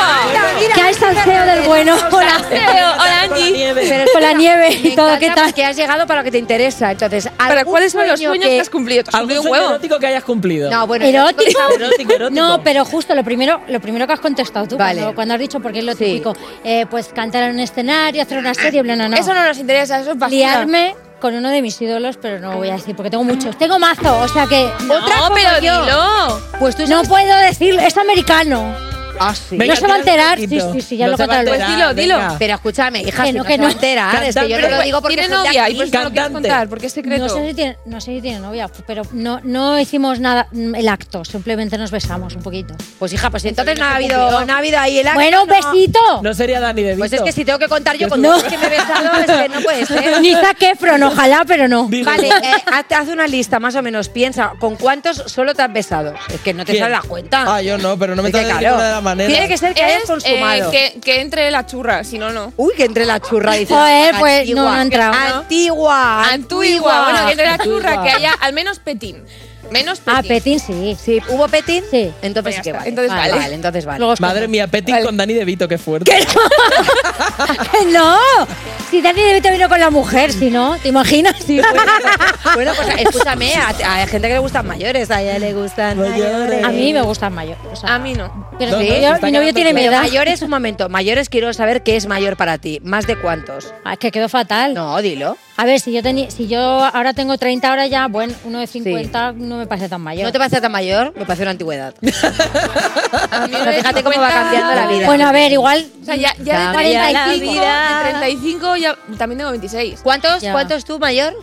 S2: mira,
S3: Que hay salseo del bueno. Hola.
S5: Hola, Angie.
S2: Pero
S3: Con la
S2: espera,
S3: nieve
S2: me
S3: y todo, ¿qué
S2: encanta
S3: tal?
S2: porque has llegado para lo que te interesa. Entonces,
S5: ¿Para
S2: algún
S5: cuáles son los
S2: sueño
S5: sueños que, has cumplido? ¿Te has
S4: ¿Algún
S5: cumplido un
S4: sueño
S5: huevo?
S4: erótico que hayas cumplido?
S2: No, bueno,
S3: Erótico.
S4: Erótico, erótico.
S3: No, pero justo lo primero, lo primero que has contestado tú
S2: Vale.
S3: cuando, cuando has dicho, porque es lo
S2: Sí.
S3: típico, eh, pues cantar en un escenario, hacer una serie, bla, bla, bla.
S5: Eso no nos interesa, eso es basura.
S3: Liarme con uno de mis ídolos, pero no voy a decir, porque tengo muchos. Tengo mazo, o sea que.
S5: No,
S3: otra como
S5: pero
S3: yo.
S5: dilo.
S2: Pues tú
S3: No
S2: sabes-
S3: puedo decir, es americano.
S2: Ah, sí.
S3: No se va a enterar, sí, sí, sí, ya lo
S2: contaré.
S3: contaré.
S2: Pues dilo, dilo. Pero escúchame, hija,
S3: Que
S2: si no,
S3: no, ¿eh? que
S2: se
S3: no.
S2: va a enterar. Es que yo
S3: Cantante.
S2: te lo digo porque
S5: Tiene
S2: soy de
S5: novia,
S2: aquí.
S5: y por eso no lo quieres Cantante. contar, porque es secreto.
S3: No sé si tiene, no sé si tiene novia, pero no, no hicimos nada, mm, el acto, simplemente nos besamos un poquito.
S2: Pues hija, pues entonces no ha
S3: Cumplió.
S2: habido, no ha habido ahí el acto.
S3: Bueno, un
S2: ¿no?
S3: besito.
S4: No sería Dani de
S2: Pues es que si tengo que contar yo con
S3: No.
S2: todos los que me he besado, es que no puede ser.
S3: Ni Zac Efron, ojalá, pero no.
S2: Vale, eh, haz haz una lista más o menos, piensa con cuántos solo te has besado. Es que no te
S4: ¿Quién?
S2: sale la cuenta.
S4: Ah, yo no, pero no me
S2: Es que
S4: estás
S2: claro.
S4: diciendo de la manera.
S2: Tiene que ser que hayas consumado.
S5: eh, que, que entre la churra, si no, no.
S2: Uy, que entre la churra, dice.
S3: Joder, pues, no, no ha entrado.
S2: Antigua,
S5: Antigua, bueno, que entre la churra,
S3: Antigua.
S5: que haya al menos petín. Menos petín.
S3: Ah, Petín sí.
S2: Sí, ¿hubo Petín?
S3: Sí.
S2: Entonces,
S5: Pues ya
S2: ¿qué
S5: está,
S2: vale?
S5: entonces
S2: vale.
S5: vale.
S2: Vale, entonces vale.
S4: Madre mía, Petit con Dani de Vito, qué fuerte.
S3: ¡Que no! Si Dani DeVito vino con la mujer, si no, ¿te imaginas? Sí,
S2: bueno, pues escúchame, a, a gente que le gustan mayores, a ella le gustan mayores.
S3: A mí me gustan mayores. o sea,
S5: A mí no.
S3: pero
S2: No,
S3: mi
S2: no, se
S3: novio-
S2: está
S3: mi novio
S2: quedando
S3: tiene mi
S2: claro.
S3: edad.
S2: Mayores, un momento. Mayores, quiero saber qué es mayor para ti. ¿Más de cuántos?
S3: Ah, es que quedó fatal.
S2: No, dilo.
S3: A ver, si yo tenía, si yo ahora tengo 30 ahora ya, bueno, uno de 50 no me parece tan mayor.
S2: No te parece tan mayor, me parece una antigüedad. Pero fíjate cómo va cambiando la vida.
S3: Bueno, a ver, igual.
S5: O sea, ya, ya de
S3: Cambia la
S5: 35,
S3: vida.
S5: de 35 ya, también tengo 26.
S2: ¿Cuántos,
S3: Ya.
S2: ¿Cuántos tú, mayor?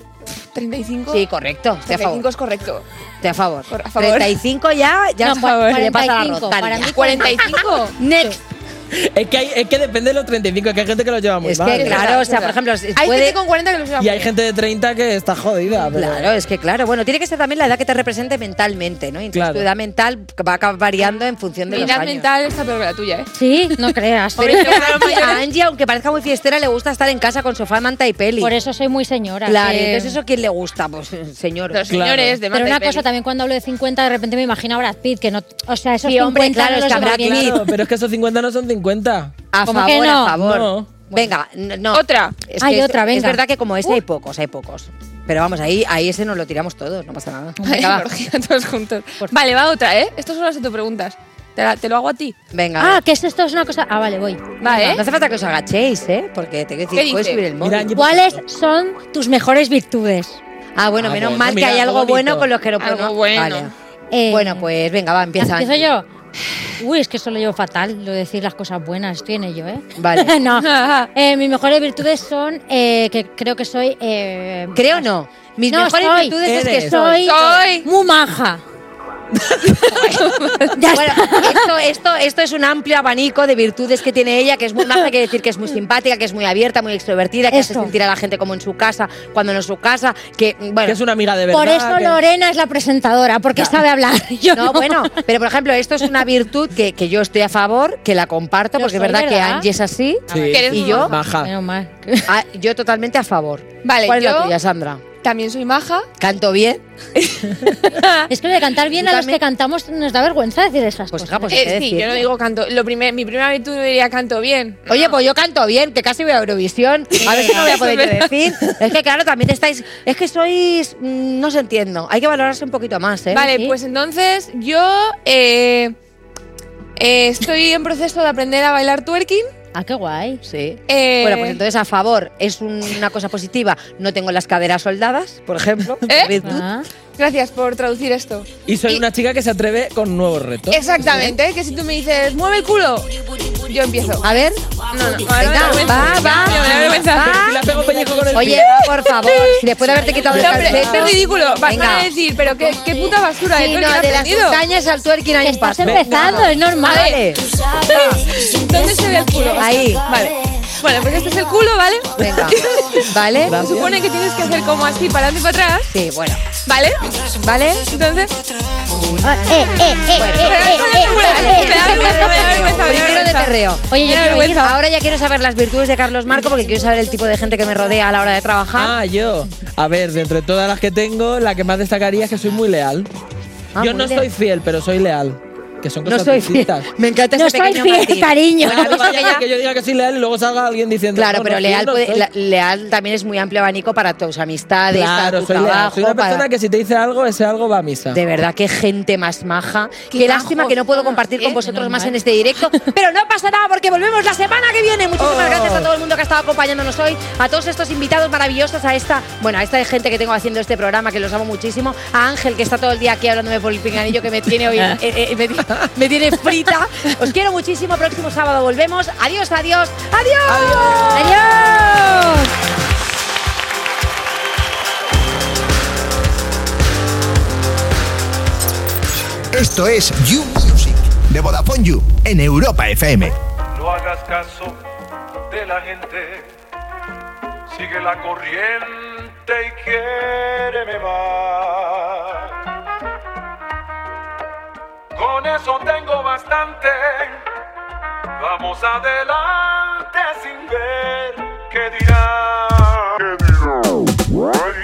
S5: 35.
S2: Sí, correcto. Estoy a
S5: 35
S2: favor.
S5: es correcto.
S2: Estoy a favor.
S5: Por- a favor.
S2: 35 ya, ya
S3: No,
S2: a favor. le pasa la
S3: 45,
S2: rotaria.
S3: para mí
S5: 45.
S2: Next.
S4: Es que, hay- es que depende de los 35, que hay gente que los lleva muy
S2: Es
S4: mal.
S2: que claro, o sea, por ejemplo,
S5: Hay
S2: puede...
S5: gente con 40 que lo lleva
S4: Y hay
S5: muy
S4: gente de 30 que está jodida. pero-
S2: Claro, es que claro, bueno, tiene que ser también la edad que te represente mentalmente, ¿no? Entonces
S4: Claro.
S2: tu edad mental va a variando en función de
S5: bien. Mi
S2: los
S5: edad
S2: años.
S5: mental está peor que la tuya, ¿eh?
S3: Sí, no creas.
S2: Por eso a Angie, aunque parezca muy fiestera, le gusta estar en casa con sofá, manta y peli.
S3: Por eso soy muy señora.
S2: Claro,
S3: que-
S2: entonces eso quién le gusta, pues señor.
S5: Los señores de
S3: Pero
S5: Manta y
S3: una cosa,
S5: Peli.
S3: también cuando hablo de 50, de repente me imagino a Brad Pitt, que no. O sea, esos
S2: Sí,
S3: 50
S2: hombre, claro,
S3: no
S2: es
S3: los
S2: que habrá
S3: lleva bien.
S2: quien-
S4: Claro, pero es que esos 50 no son 50.
S2: A
S3: ¿Cómo
S2: favor,
S3: que no?
S2: a favor.
S4: No.
S5: Ah,
S2: Venga, n- no.
S5: Otra.
S2: Es
S3: Hay
S2: que es-
S3: otra, venga.
S2: Es verdad que como ese
S3: Uh.
S2: hay pocos, hay pocos. Pero vamos, ahí, ahí ese nos lo tiramos todos, no pasa nada. Venga, va.
S5: Orgía, todos juntos. Vale, va otra, ¿eh? Estas son las que tú preguntas. Te, la- te lo hago a ti.
S2: Venga.
S3: Ah, que esto, esto es una cosa. Ah, vale, voy.
S5: Va,
S2: No
S5: ¿eh?
S2: hace falta que os agachéis, ¿eh? Porque te quiero
S5: ¿Qué
S2: decir, puedes
S5: dice?
S2: subir el móvil.
S4: Mira, Angie, por
S3: ¿Cuáles
S4: favor.
S3: son tus mejores virtudes?
S2: Ah, bueno,
S4: Ah,
S2: menos
S4: bueno,
S2: mal que
S4: mira,
S2: hay
S4: qué
S2: algo
S4: bonito.
S2: bueno con los que no
S5: Algo
S2: no-
S5: bueno.
S2: Vale.
S3: Eh,
S2: Bueno, pues venga, va, empieza.
S3: ¿Empiezo
S2: Angie.
S3: yo? Uy, es que eso lo llevo fatal, lo de decir las cosas buenas. Estoy en ello, ¿eh?
S2: Vale.
S3: no. Eh, mis mejores virtudes son eh, que creo que soy. eh,
S2: Creo no. Mis
S3: No,
S2: mejores
S3: soy.
S2: virtudes es
S4: Eres.
S2: que
S3: soy,
S5: Soy.
S3: muy maja. ya
S2: Bueno,
S3: está.
S2: esto, esto, esto es un amplio abanico de virtudes que tiene ella, que es muy maja, quiere decir que es muy simpática, que es muy abierta, muy extrovertida, que hace
S3: Eso.
S2: sentir a la gente como en su casa, cuando no es su casa, que, bueno...
S4: Que es una amiga de verdad.
S3: Por eso
S4: que-
S3: Lorena es la presentadora, porque sabe hablar. Yo
S2: No, bueno, pero por ejemplo, esto es una virtud que, que yo estoy a favor, que la comparto,
S3: Lo
S2: porque es
S3: soy,
S2: verdad, que
S3: ¿verdad?
S2: Angie es así.
S4: Sí.
S5: Que eres
S2: ¿Y
S5: muy
S2: yo?
S4: Maja.
S3: Menos mal.
S2: Ah, yo totalmente a favor.
S5: Vale,
S2: ¿Cuál es la
S5: yo-
S2: tuya, Sandra?
S5: También soy maja.
S2: ¿Canto bien?
S3: Es que lo de cantar bien a los
S2: también.
S3: que cantamos nos da vergüenza decir esas
S2: Pues,
S3: cosas.
S2: ja, pues,
S5: Eh,
S2: ¿qué
S5: sí,
S2: decir?
S5: yo no digo canto. Lo primer, mi primera virtud yo diría canto bien.
S2: Oye, pues yo canto bien, que casi voy a Eurovisión. A ver si no voy a poder yo decir. Es que claro, también estáis. Es que sois. mm, No os entiendo. Hay que valorarse un poquito más, ¿eh?
S5: Vale,
S3: sí.
S5: pues entonces yo eh, eh, estoy en proceso de aprender a bailar twerking.
S3: Ah, qué guay.
S2: Sí.
S5: Eh,
S2: Bueno, pues entonces a favor es un- una cosa positiva. No tengo las caderas soldadas, por ejemplo.
S5: ¿Eh?
S2: virtud.
S3: Ah.
S5: Gracias por traducir esto.
S4: Y soy
S5: Y-
S4: una chica que se atreve con nuevos retos.
S5: Exactamente, que si tú me dices, mueve el culo, yo empiezo.
S2: A ver.
S5: No, no, no,
S2: Venga, va, va.
S5: Me da vergüenza.
S2: Va.
S4: Y la pego pellejo con el
S2: Oye,
S4: pie.
S2: por favor, si después de haberte quitado el
S5: No, pero
S2: calcetín.
S5: esto es ridículo. Va- Van
S2: Venga.
S5: a decir, pero qué, qué puta basura de
S2: Sí,
S5: twerking
S2: no,
S5: has
S2: de las
S5: aprendido.
S2: montañas al twerking hay un
S3: Estás
S2: paso.
S3: empezando, es normal.
S2: Vale.
S5: ¿Dónde se ve el culo?
S2: Ahí.
S5: Vale. Bueno, pues este es el culo, ¿vale?
S2: Venga. ¿Vale?
S5: Se supone que tienes que hacer como así, para adelante y para atrás,
S2: Sí, bueno.
S5: ¿vale?
S2: ¿Vale?
S5: Entonces,
S3: Ah, eh, eh, eh, eh,
S5: me da
S3: eh, eh,
S5: vergüenza,
S3: eh,
S5: me da
S3: eh.
S5: vergüenza, me da
S4: Pues
S5: vergüenza, me da
S2: Primero de
S5: vergüenza.
S2: perreo.
S5: Me da
S3: Oye, yo quiero
S5: vergüenza.
S2: Ahora ya quiero saber las virtudes de Carlos Marco porque quiero saber el tipo de gente que me rodea a la hora de trabajar.
S4: Ah, yo. A ver, de entre todas las que tengo, la que más destacaría es que soy muy leal.
S2: Ah,
S4: yo
S2: muy
S4: no
S2: leal.
S4: soy fiel, pero soy leal. Que son
S2: No
S4: cosas
S2: soy fiel.
S4: distintas.
S2: Me encanta
S3: No
S2: ese
S3: soy
S2: pequeño
S3: fiel,
S2: matiz.
S3: cariño.
S2: Bueno,
S4: No
S2: ¿habéis visto que
S4: vaya
S2: ya-
S4: que yo diga que soy leal y luego salga alguien diciendo.
S2: Claro,
S4: "No,
S2: pero
S4: no,
S2: leal,
S4: fiel no
S2: puede-
S4: soy".
S2: la- leal también es muy amplio abanico para tus amistades, para
S4: Claro,
S2: tu
S4: soy leal.
S2: trabajo.
S4: Soy una
S2: para-
S4: persona que si te dice algo, ese algo va a misa.
S2: De verdad, qué gente más maja. Qué,
S5: Qué
S2: lástima
S5: majos
S2: que no puedo
S5: somos,
S2: compartir con
S5: ¿eh?
S2: vosotros
S5: Menos
S2: más
S5: mal.
S2: en este directo. Pero no pasa nada porque volvemos la semana que viene. Muchísimas
S4: Oh.
S2: gracias a todo el mundo que ha estado acompañándonos hoy, a todos estos invitados maravillosos, a esta, bueno, a esta gente que tengo haciendo este programa, que los amo muchísimo, a Ángel, que está todo el día aquí hablándome por el pinganillo que me tiene hoy. eh, eh, me tiene-
S10: me tiene frita. Os quiero muchísimo. Próximo sábado volvemos. Adiós, adiós, adiós. Adiós. adiós.
S6: Esto es You Music de Vodafone You en Europa FM.
S18: No hagas caso de la gente, sigue la corriente y quiéreme más. Con eso tengo bastante, vamos adelante sin ver qué dirán.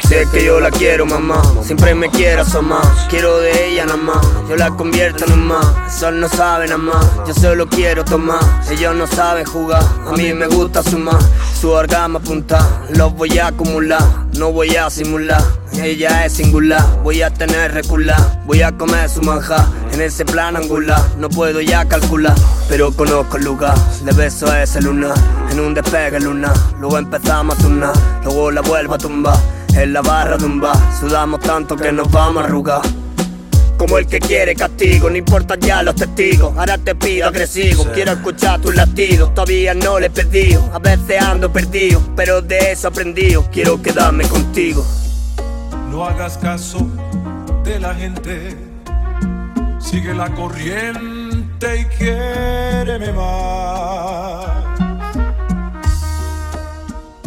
S17: Sé que yo la quiero, mamá. Siempre me quiere asomar. Quiero de ella nada más. Yo la convierto en un más. El sol no sabe nada más. Yo solo quiero tomar. Ellos no saben jugar. A mí me gusta sumar. Su orgasmo apuntar. Los voy a acumular. No voy a simular. Ella es singular. Voy a tener recular. Voy a comer su manjar. En ese plan angular. No puedo ya calcular. Pero conozco el lugar. Le beso a ese lunar. En un despegue lunar. Luego empezamos a turnar. Luego la vuelvo a tumbar. En la barra de un bar. Sudamos tanto que nos vamos a arrugar. Como el que quiere castigo, no importa ya los testigos. Ahora te pido agresivo, quiero escuchar tus latidos. Todavía no le he pedido, a veces ando perdido, pero de eso aprendido. Quiero quedarme contigo.
S18: No hagas caso de la gente, sigue la corriente y quiéreme más.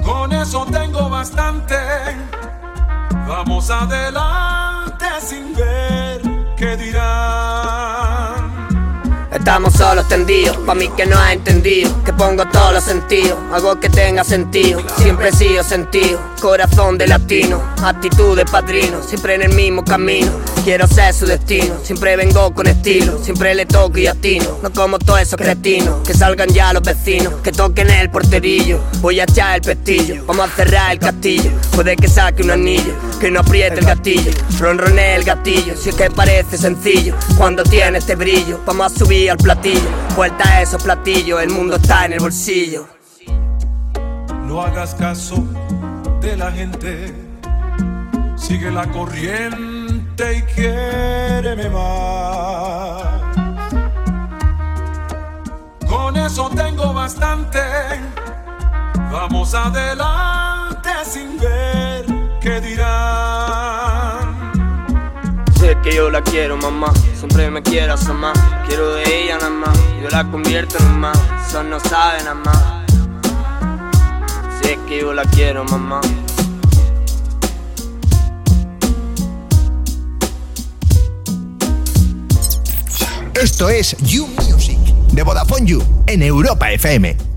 S18: Con eso tengo bastante, vamos adelante sin ver qué dirán.
S17: Estamos solos tendidos, pa' mí que no ha entendido Que pongo todos los sentidos, hago que tenga sentido Siempre he sido sentido, corazón de latino Actitud de padrino, siempre en el mismo camino Quiero ser su destino, siempre vengo con estilo Siempre le toco y atino, no como todos esos cretinos Que salgan ya los vecinos, que toquen el porterillo Voy a echar el pestillo, vamos a cerrar el castillo Puede que saque un anillo, que no apriete el gatillo Ronroné el gatillo, si es que parece sencillo Cuando tiene este brillo, vamos a subir al platillo, vuelta a esos platillos, el mundo está en el bolsillo.
S18: No hagas caso de la gente, sigue la corriente y quiéreme más. Con eso tengo bastante, vamos adelante sin ver qué dirán.
S17: Sé que yo la quiero, mamá. Siempre me quiere asomar. Quiero de ella nada más. Yo la convierto en más. Eso no sabe nada más. Sé que yo la quiero, mamá.
S6: Esto es You Music de Vodafone You en Europa FM.